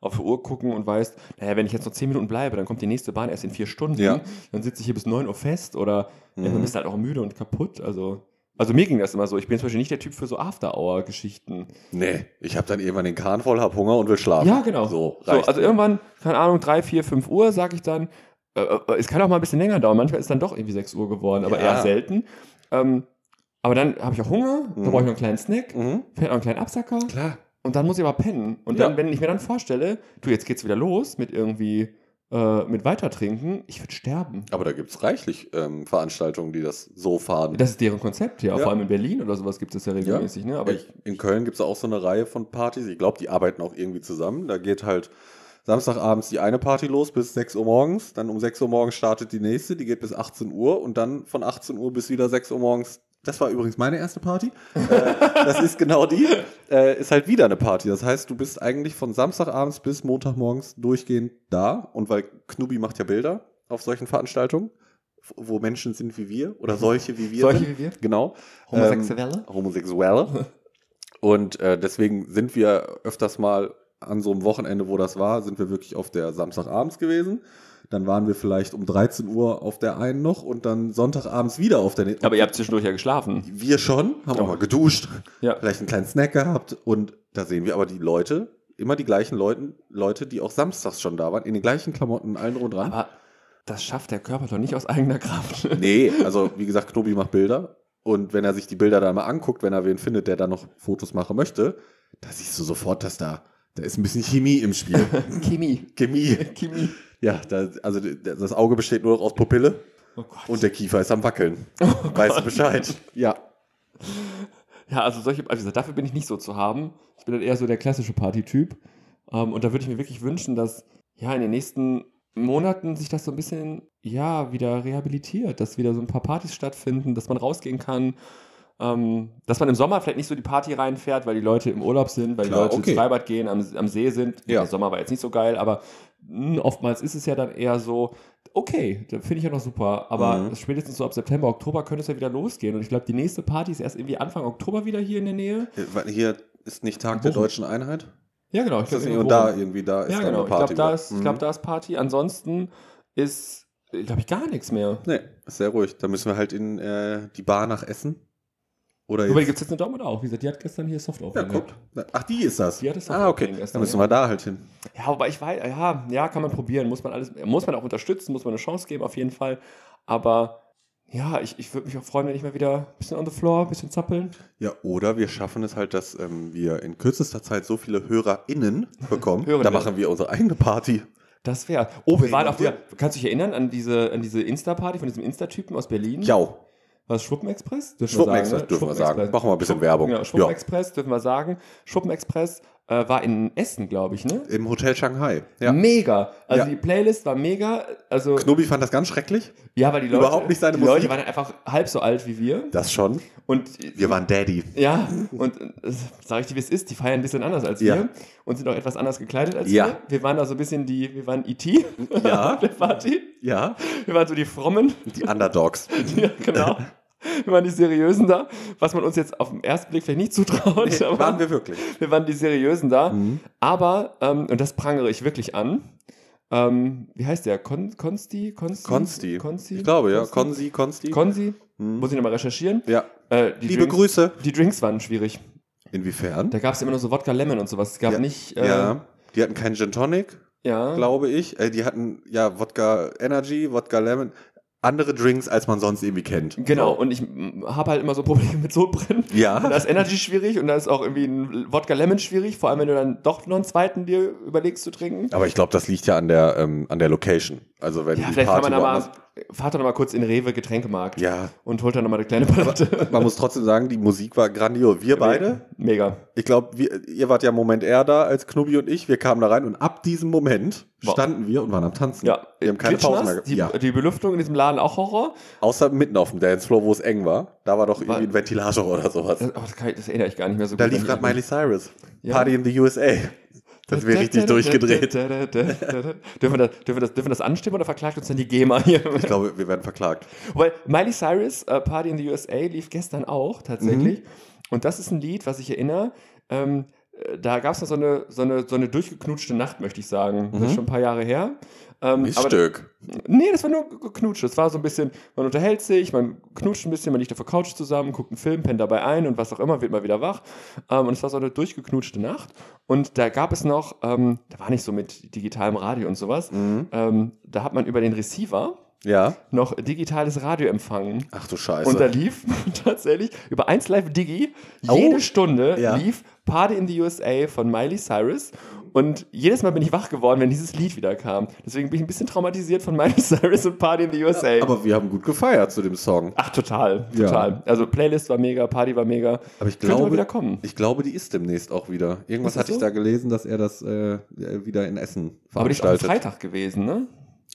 Speaker 1: auf die Uhr gucken und weißt, naja, wenn ich jetzt noch 10 Minuten bleibe, dann kommt die nächste Bahn erst in vier Stunden,
Speaker 2: Ja.
Speaker 1: dann sitze ich hier bis 9 Uhr fest oder ja, dann
Speaker 2: Mhm.
Speaker 1: bist du halt auch müde und kaputt. Also, also mir ging das immer so. Ich bin zum Beispiel nicht der Typ für so After-Hour-Geschichten.
Speaker 2: Nee, ich habe dann irgendwann den Kahn voll, hab Hunger und will schlafen.
Speaker 1: Ja, genau.
Speaker 2: So,
Speaker 1: So,
Speaker 2: reicht.
Speaker 1: also irgendwann, keine Ahnung, 3, 4, 5 Uhr, sag ich dann. Äh, äh, es kann auch mal ein bisschen länger dauern. Manchmal ist dann doch irgendwie 6 Uhr geworden, aber
Speaker 2: Ja.
Speaker 1: eher selten. Ähm, aber dann habe ich auch Hunger,
Speaker 2: Mhm.
Speaker 1: dann brauche ich noch einen kleinen Snack,
Speaker 2: mhm.
Speaker 1: vielleicht auch einen kleinen Absacker
Speaker 2: Klar.
Speaker 1: und dann muss ich aber pennen. Und
Speaker 2: Ja.
Speaker 1: dann, wenn ich mir dann vorstelle, du, jetzt geht's wieder los mit irgendwie, äh, mit weitertrinken, ich würde sterben.
Speaker 2: Aber da gibt es reichlich ähm, Veranstaltungen, die das so fahren.
Speaker 1: Das ist deren Konzept, ja.
Speaker 2: Ja.
Speaker 1: Vor allem in Berlin oder sowas gibt es das ja regelmäßig, ne? Aber ich,
Speaker 2: Äh, in Köln gibt es auch so eine Reihe von Partys. Ich glaube, die arbeiten auch irgendwie zusammen. Da geht halt Samstagabends die eine Party los bis 6 Uhr morgens. Dann um 6 Uhr morgens startet die nächste. Die geht bis 18 Uhr. Und dann von 18 Uhr bis wieder 6 Uhr morgens. Das war übrigens meine erste Party. äh, das ist genau die. Äh, ist halt wieder eine Party. Das heißt, du bist eigentlich von Samstagabends bis Montagmorgens durchgehend da. Und weil Knubi macht ja Bilder auf solchen Veranstaltungen, wo Menschen sind wie wir oder solche wie wir.
Speaker 1: solche
Speaker 2: sind.
Speaker 1: wie wir,
Speaker 2: Genau.
Speaker 1: Homosexuelle.
Speaker 2: Homosexuelle. Und äh, deswegen sind wir öfters mal an so einem Wochenende, wo das war, sind wir wirklich auf der Samstagabends gewesen. Dann waren wir vielleicht um 13 Uhr auf der einen noch und dann Sonntagabends wieder auf der nächsten.
Speaker 1: aber ihr habt zwischendurch ja geschlafen.
Speaker 2: wir schon, haben auch
Speaker 1: Oh.
Speaker 2: mal geduscht,
Speaker 1: Ja.
Speaker 2: vielleicht einen kleinen Snack gehabt und da sehen wir aber die Leute, immer die gleichen Leuten, Leute, die auch samstags schon da waren, in den gleichen Klamotten, allen drum und dran.
Speaker 1: Aber das schafft der Körper doch nicht aus eigener Kraft.
Speaker 2: Nee, also wie gesagt, Knobi macht Bilder. Und wenn er sich die Bilder dann mal anguckt, wenn er wen findet, der da noch Fotos machen möchte, da siehst du sofort, dass da, da ist ein bisschen Chemie im
Speaker 1: (laughs)
Speaker 2: Spiel.
Speaker 1: Chemie.
Speaker 2: Chemie.
Speaker 1: Chemie.
Speaker 2: Ja, da, also das Auge besteht nur noch aus Pupille
Speaker 1: Oh Gott. Oh
Speaker 2: und der Kiefer ist am
Speaker 1: (laughs)
Speaker 2: Wackeln. weißt du Bescheid? Ja.
Speaker 1: ja, also solche, also wie gesagt, dafür bin ich nicht so zu haben. Ich bin dann eher so der klassische Partytyp. Ähm, und da würde ich mir wirklich wünschen, dass ja in den nächsten Monaten sich das so ein bisschen ja wieder rehabilitiert, dass wieder so ein paar Partys stattfinden, dass man rausgehen kann. Ähm, dass man im Sommer vielleicht nicht so die Party reinfährt, weil die Leute im Urlaub sind, weil
Speaker 2: Klar,
Speaker 1: die Leute
Speaker 2: okay.
Speaker 1: ins Freibad gehen, am, am See sind.
Speaker 2: Ja.
Speaker 1: Der Sommer war jetzt nicht so geil, aber mh, oftmals ist es ja dann eher so, okay, da finde ich ja noch super, aber
Speaker 2: Mhm.
Speaker 1: spätestens so ab September, Oktober könnte es ja wieder losgehen. Und ich glaube, die nächste Party ist erst irgendwie Anfang Oktober wieder hier in der Nähe.
Speaker 2: Hier ist nicht Tag der
Speaker 1: Bochum.
Speaker 2: deutschen Einheit.
Speaker 1: Ja, genau. Ich
Speaker 2: Ist das
Speaker 1: glaub,
Speaker 2: nicht? Und
Speaker 1: irgendwo
Speaker 2: da
Speaker 1: rum.
Speaker 2: irgendwie, da ist
Speaker 1: ja,
Speaker 2: dann
Speaker 1: genau.
Speaker 2: eine
Speaker 1: Ich glaube,
Speaker 2: Party.
Speaker 1: da,
Speaker 2: wieder.
Speaker 1: ist- ich glaub,
Speaker 2: Mhm.
Speaker 1: da ist Party. Ansonsten ist, glaube ich, gar nichts mehr.
Speaker 2: Nee, ist sehr ruhig. Da müssen wir halt in äh, die Bar nach Essen. Oder
Speaker 1: Aber die
Speaker 2: jetzt-
Speaker 1: gibt es jetzt in Dortmund auch. Wie gesagt, die hat gestern hier Soft
Speaker 2: Ja,
Speaker 1: Opening
Speaker 2: guckt.
Speaker 1: gehabt.
Speaker 2: Ach, die ist das.
Speaker 1: Die hat es
Speaker 2: ah,
Speaker 1: auch
Speaker 2: okay.
Speaker 1: gesehen gestern,
Speaker 2: Dann müssen
Speaker 1: ja.
Speaker 2: wir da halt hin.
Speaker 1: Ja, aber ich weiß, ja, ja, kann man probieren. Muss man alles, muss man auch unterstützen, muss man eine Chance geben, auf jeden Fall. Aber ja, ich, ich würde mich auch freuen, wenn ich mal wieder ein bisschen on the floor, ein bisschen zappeln.
Speaker 2: Ja, oder wir schaffen es halt, dass ähm, wir in kürzester Zeit so viele HörerInnen bekommen.
Speaker 1: (laughs)
Speaker 2: da
Speaker 1: Hörende.
Speaker 2: machen wir unsere eigene Party.
Speaker 1: Das wäre. Oh, wir
Speaker 2: Auf
Speaker 1: waren
Speaker 2: jeden
Speaker 1: auf der. Kannst du dich erinnern an diese, an diese Insta-Party von diesem Insta-Typen aus Berlin?
Speaker 2: Ja,
Speaker 1: Was Schwuppenexpress? Dürfen
Speaker 2: Schwuppenexpress
Speaker 1: ne?
Speaker 2: dürfen wir sagen.
Speaker 1: Schwuppenexpress.
Speaker 2: Machen wir ein bisschen Werbung.
Speaker 1: Genau,
Speaker 2: Ja.
Speaker 1: Schwuppenexpress dürfen wir sagen. Schwuppenexpress äh, war in Essen, glaube ich, ne?
Speaker 2: Im Hotel Shanghai. Ja.
Speaker 1: Mega. Also
Speaker 2: Ja.
Speaker 1: die Playlist war mega. Also
Speaker 2: Knobi fand das ganz schrecklich.
Speaker 1: ja, weil die Leute
Speaker 2: überhaupt nicht seine
Speaker 1: die Leute
Speaker 2: Musik.
Speaker 1: waren einfach halb so alt wie wir
Speaker 2: Das schon.
Speaker 1: und
Speaker 2: Wir waren Daddy.
Speaker 1: ja, und äh, sag ich dir, wie es ist, die feiern ein bisschen anders als
Speaker 2: Ja.
Speaker 1: wir und sind auch etwas anders gekleidet als
Speaker 2: Ja.
Speaker 1: wir. Wir waren da so ein bisschen die, wir waren E (laughs) E.T.
Speaker 2: Ja.
Speaker 1: auf der Party.
Speaker 2: Ja.
Speaker 1: Wir waren so die Frommen. (laughs)
Speaker 2: Die Underdogs.
Speaker 1: Ja, genau. Wir waren die Seriösen da, was man uns jetzt auf den ersten Blick vielleicht nicht zutraut, aber
Speaker 2: waren
Speaker 1: wir,
Speaker 2: wir wirklich.
Speaker 1: waren die Seriösen da.
Speaker 2: Mhm.
Speaker 1: Aber, ähm, und das prangere ich wirklich an, ähm, wie heißt der? Kon Konsti? Konsti?
Speaker 2: Konsti.
Speaker 1: Konsti?
Speaker 2: Ich glaube, ja. Konzi, Konsti.
Speaker 1: Konsti?
Speaker 2: Mhm.
Speaker 1: Muss ich nochmal recherchieren.
Speaker 2: ja.
Speaker 1: Äh, die
Speaker 2: Liebe
Speaker 1: Drinks,
Speaker 2: Grüße.
Speaker 1: Die Drinks waren schwierig.
Speaker 2: Inwiefern?
Speaker 1: Da gab es immer nur so Wodka Lemon und sowas. Es gab
Speaker 2: Ja.
Speaker 1: nicht. Äh,
Speaker 2: ja. Die hatten keinen Gin Tonic.
Speaker 1: (laughs) ja.
Speaker 2: glaube ich. Äh, die hatten ja Wodka Energy, Wodka Lemon. andere Drinks, als man sonst irgendwie kennt.
Speaker 1: Genau, und ich habe halt immer so Probleme mit Sodbrennen.
Speaker 2: Ja.
Speaker 1: Da ist Energy schwierig und da ist auch irgendwie ein Wodka Lemon schwierig, vor allem wenn du dann doch noch einen zweiten dir überlegst zu trinken.
Speaker 2: Aber ich glaube, das liegt ja an der, ähm, an der Location. Also wenn
Speaker 1: Ja,
Speaker 2: die
Speaker 1: vielleicht kann
Speaker 2: Party
Speaker 1: man da mal,
Speaker 2: woanders-
Speaker 1: fahrt dann mal kurz in Rewe Getränkemarkt
Speaker 2: Ja.
Speaker 1: und holt dann nochmal eine
Speaker 2: (laughs)
Speaker 1: kleine Palette.
Speaker 2: Man muss trotzdem sagen, die Musik war grandios. Wir beide,
Speaker 1: Mega.
Speaker 2: ich glaube, wir- ihr wart ja einen Moment eher da als Knubi und ich. Wir kamen da rein und ab diesem Moment
Speaker 1: Wow.
Speaker 2: standen wir und waren am Tanzen.
Speaker 1: Ja,
Speaker 2: Wir haben keine Pause mehr
Speaker 1: Klitschnass,
Speaker 2: gehabt.
Speaker 1: die,
Speaker 2: Ja.
Speaker 1: die Belüftung in diesem Laden auch Horror.
Speaker 2: Außer mitten auf dem Dancefloor, wo es eng war. Da war doch
Speaker 1: War-
Speaker 2: irgendwie ein Ventilator oder sowas.
Speaker 1: Das, oh, das, kann ich, das erinnere ich gar nicht mehr so
Speaker 2: Da
Speaker 1: gut.
Speaker 2: lief
Speaker 1: an.
Speaker 2: gerade Miley Cyrus.
Speaker 1: Ja.
Speaker 2: Party in the USA. Das wäre richtig durchgedreht.
Speaker 1: Dürfen wir, das, dürfen, wir das, dürfen wir das anstimmen oder verklagt uns dann die GEMA hier? (laughs)
Speaker 2: Ich glaube, wir werden verklagt.
Speaker 1: Weil Miley Cyrus, äh, Party in the USA, lief gestern auch tatsächlich.
Speaker 2: Mhm.
Speaker 1: Und das ist ein Lied, was ich erinnere. Ähm, äh, da gab es noch so eine, so, eine, so eine durchgeknutschte Nacht, möchte ich sagen. Das ist
Speaker 2: Mhm.
Speaker 1: schon ein paar Jahre her. Ähm, aber,
Speaker 2: Miststück.
Speaker 1: nee, das war nur geknutscht. Das war so ein bisschen, man unterhält sich, man knutscht ein bisschen, man liegt auf der Couch zusammen, guckt einen Film, pennt dabei ein und was auch immer, wird mal wieder wach. Ähm, und es war so eine durchgeknutschte Nacht. Und da gab es noch, ähm, da war nicht so mit digitalem Radio und sowas,
Speaker 2: Mhm.
Speaker 1: ähm, da hat man über den Receiver
Speaker 2: Ja.
Speaker 1: noch digitales Radio empfangen.
Speaker 2: Ach du Scheiße.
Speaker 1: Und da lief (laughs) tatsächlich über 1 Live Digi jede
Speaker 2: Also Oh.
Speaker 1: Stunde
Speaker 2: Ja.
Speaker 1: lief Party in the USA von Miley Cyrus. Und jedes Mal bin ich wach geworden, wenn dieses Lied wieder kam. Deswegen bin ich ein bisschen traumatisiert von (laughs) Miley Cyrus und Party in the USA.
Speaker 2: aber wir haben gut gefeiert zu dem Song.
Speaker 1: Ach, total,
Speaker 2: Ja.
Speaker 1: total. Also Playlist war mega, Party war mega.
Speaker 2: Aber ich
Speaker 1: Könnte mal
Speaker 2: glaube,
Speaker 1: wieder kommen.
Speaker 2: ich glaube, die ist demnächst auch wieder. Irgendwas
Speaker 1: Ist das
Speaker 2: hatte ich
Speaker 1: so?
Speaker 2: da gelesen, dass er das äh, wieder in Essen
Speaker 1: Aber die ist auch am
Speaker 2: veranstaltet.
Speaker 1: Freitag gewesen, ne?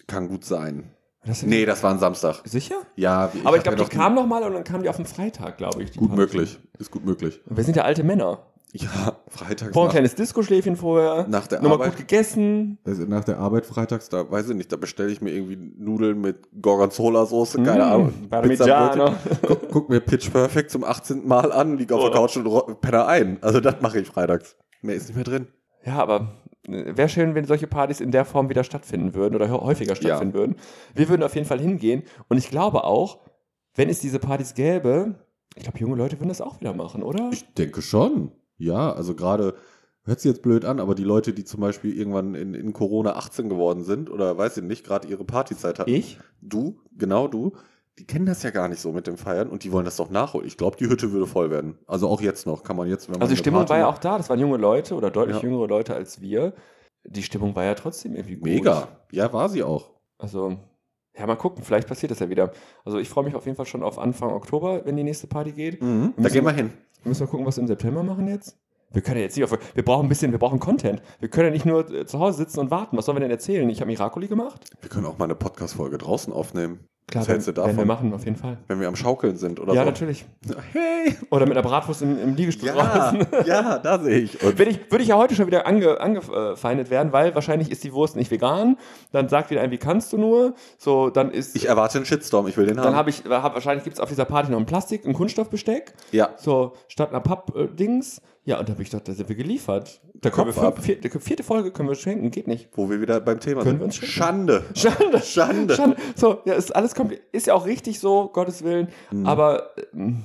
Speaker 2: Kann gut sein.
Speaker 1: Das
Speaker 2: Nee, das war ein Samstag.
Speaker 1: Sicher?
Speaker 2: Ja, wie-
Speaker 1: Aber ich
Speaker 2: hab
Speaker 1: glaube,
Speaker 2: ja
Speaker 1: die kam noch mal und dann kam die auf den Freitag, glaube ich. die
Speaker 2: Gut
Speaker 1: Party.
Speaker 2: möglich. Ist gut möglich.
Speaker 1: Wir sind ja alte Männer.
Speaker 2: Ja, freitags.
Speaker 1: Vorher ein
Speaker 2: nach,
Speaker 1: kleines Disco-Schläfchen vorher.
Speaker 2: Nach der
Speaker 1: Nochmal
Speaker 2: Arbeit.
Speaker 1: gut gegessen.
Speaker 2: also nach der Arbeit freitags, da weiß ich nicht, da bestelle ich mir irgendwie Nudeln mit Gorgonzola-Soße, keine
Speaker 1: Mm,
Speaker 2: Ahnung.
Speaker 1: Parmigiano.
Speaker 2: Pizzabrötchen. Guck, guck mir Pitch Perfect zum 18. Mal an, liege auf der
Speaker 1: Oder?
Speaker 2: Couch und ro- penne ein. Also das mache ich freitags. Mehr ist nicht mehr drin.
Speaker 1: Ja, aber wäre schön, wenn solche Partys in der Form wieder stattfinden würden oder hö- häufiger stattfinden würden. Wir würden auf jeden Fall hingehen und ich glaube auch, wenn es diese Partys gäbe, ich glaube, junge Leute würden das auch wieder machen, oder?
Speaker 2: Ich denke schon. Ja, also gerade, hört sich jetzt blöd an, aber die Leute, die zum Beispiel irgendwann in, in Corona 18 geworden sind oder weiß ich nicht, gerade ihre Partyzeit hatten,
Speaker 1: Ich?
Speaker 2: du, genau du, die kennen das ja gar nicht so mit dem Feiern und die wollen das doch nachholen. Ich glaube, die Hütte würde voll werden. Also auch jetzt noch, kann man jetzt, wenn man
Speaker 1: Also die
Speaker 2: eine
Speaker 1: Stimmung
Speaker 2: Party
Speaker 1: war ja auch
Speaker 2: macht-
Speaker 1: da, das waren junge Leute oder deutlich
Speaker 2: Ja.
Speaker 1: jüngere Leute als wir. Die Stimmung war ja trotzdem irgendwie gut.
Speaker 2: Mega. Ja, war sie auch.
Speaker 1: Also, ja, mal gucken, vielleicht passiert das ja wieder. Also ich freue mich auf jeden Fall schon auf Anfang Oktober, wenn die nächste Party geht.
Speaker 2: Da gehen Mhm. wir hin.
Speaker 1: Wir müssen mal gucken, was wir im September machen jetzt. Wir können ja jetzt nicht auf. Wir brauchen ein bisschen, wir brauchen Content. Wir können ja nicht nur äh, zu Hause sitzen und warten. Was sollen wir denn erzählen? Ich habe Miracoli gemacht.
Speaker 2: Wir können auch mal eine Podcast-Folge draußen aufnehmen.
Speaker 1: Klar,
Speaker 2: Was hältst du
Speaker 1: wenn, wenn wir
Speaker 2: davon?
Speaker 1: machen, auf jeden Fall.
Speaker 2: Wenn wir am Schaukeln sind oder
Speaker 1: ja,
Speaker 2: so.
Speaker 1: natürlich. (laughs)
Speaker 2: Hey!
Speaker 1: Oder mit einer Bratwurst im, im Liegestuhl
Speaker 2: Ja,
Speaker 1: draußen.
Speaker 2: ja, da sehe ich. Und
Speaker 1: Bin ich, würde ich ja heute schon wieder ange, angefeindet werden, weil wahrscheinlich ist die Wurst nicht vegan. Dann sagt wieder ein, wie kannst du nur? So, dann ist.
Speaker 2: ich erwarte einen Shitstorm, ich will den
Speaker 1: dann
Speaker 2: haben.
Speaker 1: habe ich, hab, wahrscheinlich gibt es auf dieser Party noch ein Plastik, ein Kunststoffbesteck.
Speaker 2: ja.
Speaker 1: So, statt einer Papp-Dings. Ja, und da habe ich gedacht, da sind wir geliefert. Da können wir
Speaker 2: Kopf ab.
Speaker 1: fünf, vier, die vierte Folge können wir schenken, geht nicht.
Speaker 2: Wo wir wieder beim Thema
Speaker 1: Können wir
Speaker 2: sind.
Speaker 1: uns schenken?
Speaker 2: Schande.
Speaker 1: Schande.
Speaker 2: Schande.
Speaker 1: Schande. So, ja, ist alles komplett. Ist ja auch richtig so, Gottes Willen.
Speaker 2: Mhm.
Speaker 1: Aber ähm,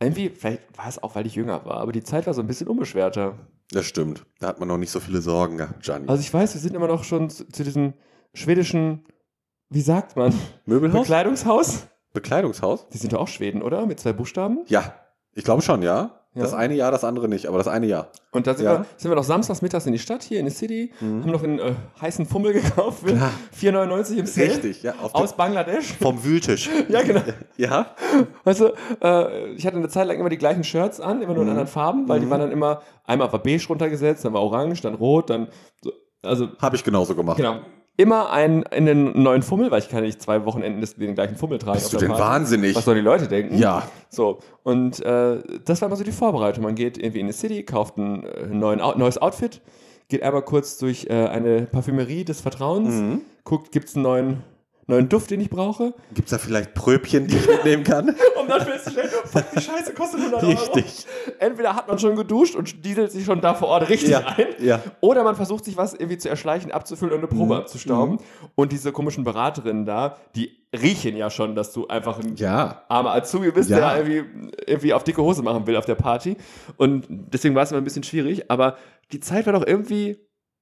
Speaker 1: irgendwie, vielleicht war es auch, weil ich jünger war, aber die Zeit war so ein bisschen unbeschwerter.
Speaker 2: Das stimmt. Da hat man noch nicht so viele Sorgen gehabt, Gianni.
Speaker 1: Also ich weiß, wir sind immer noch schon zu, zu diesem schwedischen, wie sagt man,
Speaker 2: Möbelhaus?
Speaker 1: Bekleidungshaus.
Speaker 2: Bekleidungshaus?
Speaker 1: Die sind doch auch Schweden, oder? Mit zwei Buchstaben.
Speaker 2: Ja. Ich glaube schon, ja.
Speaker 1: Ja.
Speaker 2: Das eine Jahr, das andere nicht, aber das eine Jahr.
Speaker 1: Und da sind,
Speaker 2: Ja.
Speaker 1: wir, sind wir noch samstags mittags in die Stadt hier, in die City,
Speaker 2: Mhm.
Speaker 1: haben noch einen äh, heißen Fummel gekauft für
Speaker 2: Klar.
Speaker 1: 4,99 im Sale.
Speaker 2: Richtig, ja. Auf
Speaker 1: Aus Bangladesch.
Speaker 2: vom Wühltisch.
Speaker 1: Ja, genau.
Speaker 2: (laughs) Ja?
Speaker 1: (laughs) Weißt du, äh, ich hatte eine Zeit lang immer die gleichen Shirts an, immer nur in
Speaker 2: Mhm.
Speaker 1: anderen Farben, weil die
Speaker 2: Mhm.
Speaker 1: waren dann immer, einmal war beige runtergesetzt, dann war orange, dann rot, dann, so, also,
Speaker 2: Habe ich genauso gemacht.
Speaker 1: genau. Immer einen, in den neuen Fummel, weil ich kann ja nicht zwei Wochenenden des, den gleichen Fummel tragen. auf
Speaker 2: Bist du
Speaker 1: der
Speaker 2: denn
Speaker 1: Party.
Speaker 2: wahnsinnig?
Speaker 1: Was sollen die Leute denken?
Speaker 2: Ja.
Speaker 1: So, und äh, das war immer so die Vorbereitung. Man geht irgendwie in die City, kauft ein äh, neuen, Out- neues Outfit, geht einmal kurz durch äh, eine Parfümerie des Vertrauens,
Speaker 2: Mhm.
Speaker 1: guckt, gibt's einen neuen, neuen Duft, den ich brauche,
Speaker 2: Gibt es da vielleicht Pröbchen, die ich mitnehmen
Speaker 1: (laughs)
Speaker 2: kann?
Speaker 1: um dann festzustellen, oh, fuck, die Scheiße kostet 100 Euro.
Speaker 2: Richtig.
Speaker 1: Entweder hat man schon geduscht und dieselt sich schon da vor Ort richtig
Speaker 2: Ja,
Speaker 1: ein.
Speaker 2: ja.
Speaker 1: Oder man versucht sich was irgendwie zu erschleichen, abzufüllen und eine
Speaker 2: Mhm.
Speaker 1: Probe abzustauben. Und diese komischen Beraterinnen da, die riechen ja schon, dass du einfach ein
Speaker 2: Ja.
Speaker 1: armer Azubi bist,
Speaker 2: Ja.
Speaker 1: der irgendwie, irgendwie auf dicke Hose machen will auf der Party. Und deswegen war es immer ein bisschen schwierig. Aber die Zeit war doch irgendwie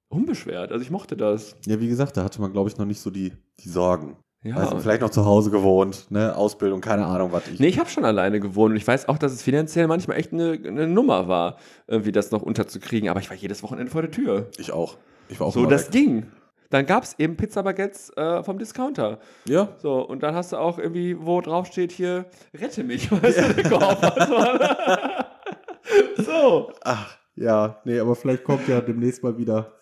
Speaker 1: unbeschwert. Also ich mochte das.
Speaker 2: Ja, wie gesagt, da hatte man, glaube ich, noch nicht so die, die Sorgen.
Speaker 1: Ja.
Speaker 2: Weißt du, vielleicht noch zu Hause gewohnt, ne? Ausbildung, keine Ahnung, was ich.
Speaker 1: Nee, ich habe schon alleine gewohnt und ich weiß auch, dass es finanziell manchmal echt eine, eine Nummer war, irgendwie das noch unterzukriegen. Aber ich war jedes Wochenende vor der Tür.
Speaker 2: Ich auch. Ich war auch
Speaker 1: so,
Speaker 2: immer
Speaker 1: das
Speaker 2: weg.
Speaker 1: ging. Dann gab es eben Pizza-Baguettes äh, vom Discounter.
Speaker 2: Ja.
Speaker 1: So, und dann hast du auch irgendwie, wo drauf steht hier, rette mich, (laughs) weißt du, Koffer. so. (laughs)
Speaker 2: Ach, ja, nee, aber vielleicht kommt ja demnächst mal wieder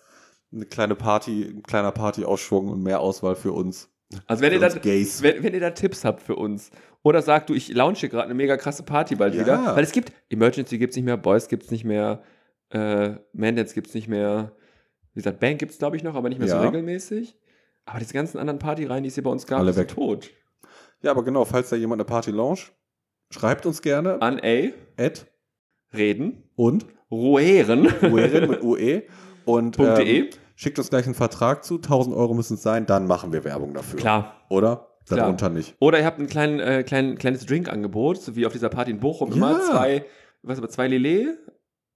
Speaker 2: eine kleine Party, ein kleiner Partyausschwung und mehr Auswahl für uns.
Speaker 1: Also wenn ihr,
Speaker 2: für
Speaker 1: da,
Speaker 2: uns Gays.
Speaker 1: wenn, wenn ihr da Tipps habt für uns oder sagt, du, ich launche gerade eine mega krasse Party bald
Speaker 2: Ja.
Speaker 1: wieder. Weil es gibt, Emergency gibt's nicht mehr, Boys gibt's nicht mehr, äh, Mandats gibt's nicht mehr. Wie gesagt, Bang gibt's glaube ich noch, aber nicht mehr so
Speaker 2: Ja.
Speaker 1: regelmäßig. Aber diese ganzen anderen Partyreihen, die es hier bei uns gab,
Speaker 2: Alle
Speaker 1: sind
Speaker 2: weg.
Speaker 1: tot.
Speaker 2: Ja, aber genau, falls da jemand eine Party launch, schreibt uns gerne.
Speaker 1: An A,
Speaker 2: At
Speaker 1: reden,
Speaker 2: und
Speaker 1: rueren.
Speaker 2: uerin mit ue und
Speaker 1: (laughs) Punkt E?
Speaker 2: ähm,
Speaker 1: .de.
Speaker 2: schickt uns gleich einen Vertrag zu. 1000 Euro müssen es sein, dann machen wir Werbung dafür.
Speaker 1: Klar.
Speaker 2: Oder?
Speaker 1: Klar.
Speaker 2: Darunter nicht.
Speaker 1: Oder ihr habt ein klein, äh, klein, kleines Drinkangebot, so wie auf dieser Party in Bochum immer.
Speaker 2: Ja.
Speaker 1: Zwei, was aber, zwei Lillet,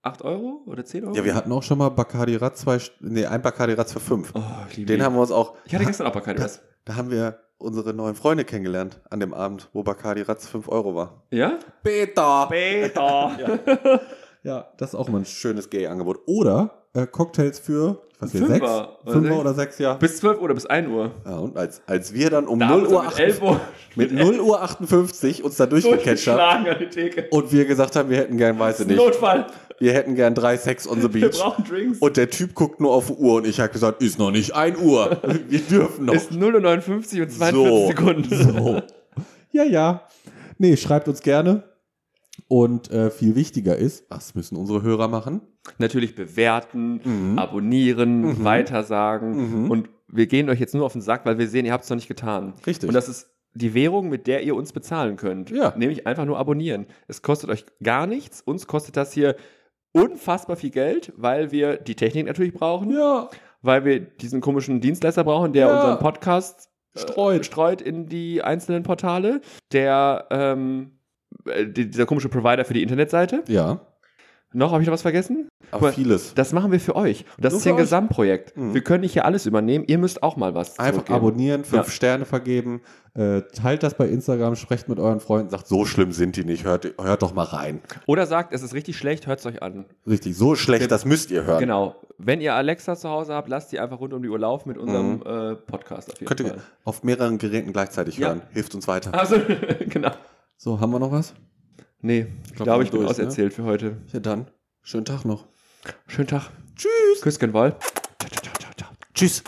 Speaker 1: 8 Euro oder 10 Euro?
Speaker 2: Ja, wir hatten auch schon mal Bacardi Ratz zwei, St- nee, ein Bacardi Ratz für fünf.
Speaker 1: Oh, ich liebe
Speaker 2: Den haben wir uns auch,
Speaker 1: Ich hatte gestern auch keine was.
Speaker 2: (laughs) da haben wir unsere neuen Freunde kennengelernt an dem Abend, wo Bacardi Ratz fünf Euro war.
Speaker 1: Ja?
Speaker 2: Peter!
Speaker 1: Peter!
Speaker 2: Ja, das ist auch mal ein schönes Gay-Angebot. Oder äh, Cocktails für, ich weiß nicht, sechs?
Speaker 1: Fünfer oder
Speaker 2: Fünfer
Speaker 1: sechs?
Speaker 2: oder sechs, ja.
Speaker 1: Bis 12 Uhr oder bis 1 Uhr.
Speaker 2: ja und als, als wir dann um
Speaker 1: Da
Speaker 2: 0
Speaker 1: haben sie
Speaker 2: Uhr,
Speaker 1: mit
Speaker 2: acht-
Speaker 1: 11 Uhr
Speaker 2: mit 0 Uhr 58 uns da durchgecatcht haben
Speaker 1: durchgeschlagen an die Theke.
Speaker 2: und wir gesagt haben, wir hätten gern, weiß ich nicht,
Speaker 1: Notfall.
Speaker 2: wir hätten gern drei Sex on the
Speaker 1: Wir
Speaker 2: Beach.
Speaker 1: brauchen Drinks.
Speaker 2: Und der Typ guckt nur auf die Uhr und ich habe gesagt, ist noch nicht 1 Uhr. Wir dürfen noch.
Speaker 1: ist 0.59 und 42 Sekunden.
Speaker 2: So. Ja, ja. Nee, schreibt uns gerne. Und äh, viel wichtiger ist, was müssen unsere Hörer machen?
Speaker 1: Natürlich bewerten,
Speaker 2: Mhm.
Speaker 1: abonnieren,
Speaker 2: Mhm.
Speaker 1: weitersagen.
Speaker 2: Mhm.
Speaker 1: Und wir gehen euch jetzt nur auf den Sack, weil wir sehen, ihr habt es noch nicht getan.
Speaker 2: Richtig.
Speaker 1: Und das ist die Währung, mit der ihr uns bezahlen könnt.
Speaker 2: Ja.
Speaker 1: Nämlich einfach nur abonnieren. Es kostet euch gar nichts. Uns kostet das hier unfassbar viel Geld, weil wir die Technik natürlich brauchen,
Speaker 2: ja,
Speaker 1: weil wir diesen komischen Dienstleister brauchen, der
Speaker 2: Ja.
Speaker 1: unseren Podcast
Speaker 2: streut.
Speaker 1: Äh, streut in die einzelnen Portale, der ähm, äh, die- dieser komische Provider für die Internetseite.
Speaker 2: Ja,
Speaker 1: Noch habe ich noch was vergessen?
Speaker 2: aber
Speaker 1: Guck mal,
Speaker 2: vieles.
Speaker 1: Das machen wir für euch. Und das
Speaker 2: Nur
Speaker 1: ist hier ein
Speaker 2: für euch.
Speaker 1: Gesamtprojekt.
Speaker 2: Mhm.
Speaker 1: Wir können nicht hier alles übernehmen. Ihr müsst auch mal was
Speaker 2: Einfach
Speaker 1: zurückgeben.
Speaker 2: abonnieren, fünf
Speaker 1: Ja.
Speaker 2: Sterne vergeben, äh, teilt das bei Instagram, sprecht mit euren Freunden, sagt, so schlimm sind die nicht, hört, hört doch mal rein.
Speaker 1: Oder sagt, es ist richtig schlecht, hört es euch an.
Speaker 2: Richtig, so schlecht, das müsst ihr hören.
Speaker 1: Genau. Wenn ihr Alexa zu Hause habt, lasst die einfach rund um die Uhr laufen mit unserem äh, Podcast auf jeden
Speaker 2: Mhm. Könnt ihr
Speaker 1: Fall.
Speaker 2: auf mehreren Geräten gleichzeitig
Speaker 1: Ja.
Speaker 2: hören, hilft uns weiter.
Speaker 1: Also, (laughs) genau.
Speaker 2: So, haben wir noch was?
Speaker 1: Nee, ich
Speaker 2: glaub,
Speaker 1: glaube,
Speaker 2: wir
Speaker 1: ich bin
Speaker 2: sind durch, ne?
Speaker 1: auserzählt für heute.
Speaker 2: Ja, dann, schönen Tag noch.
Speaker 1: Schönen Tag.
Speaker 2: Tschüss.
Speaker 1: Küsschen, Wall. Ciao, ciao, ciao, ciao, ciao.
Speaker 2: Tschüss.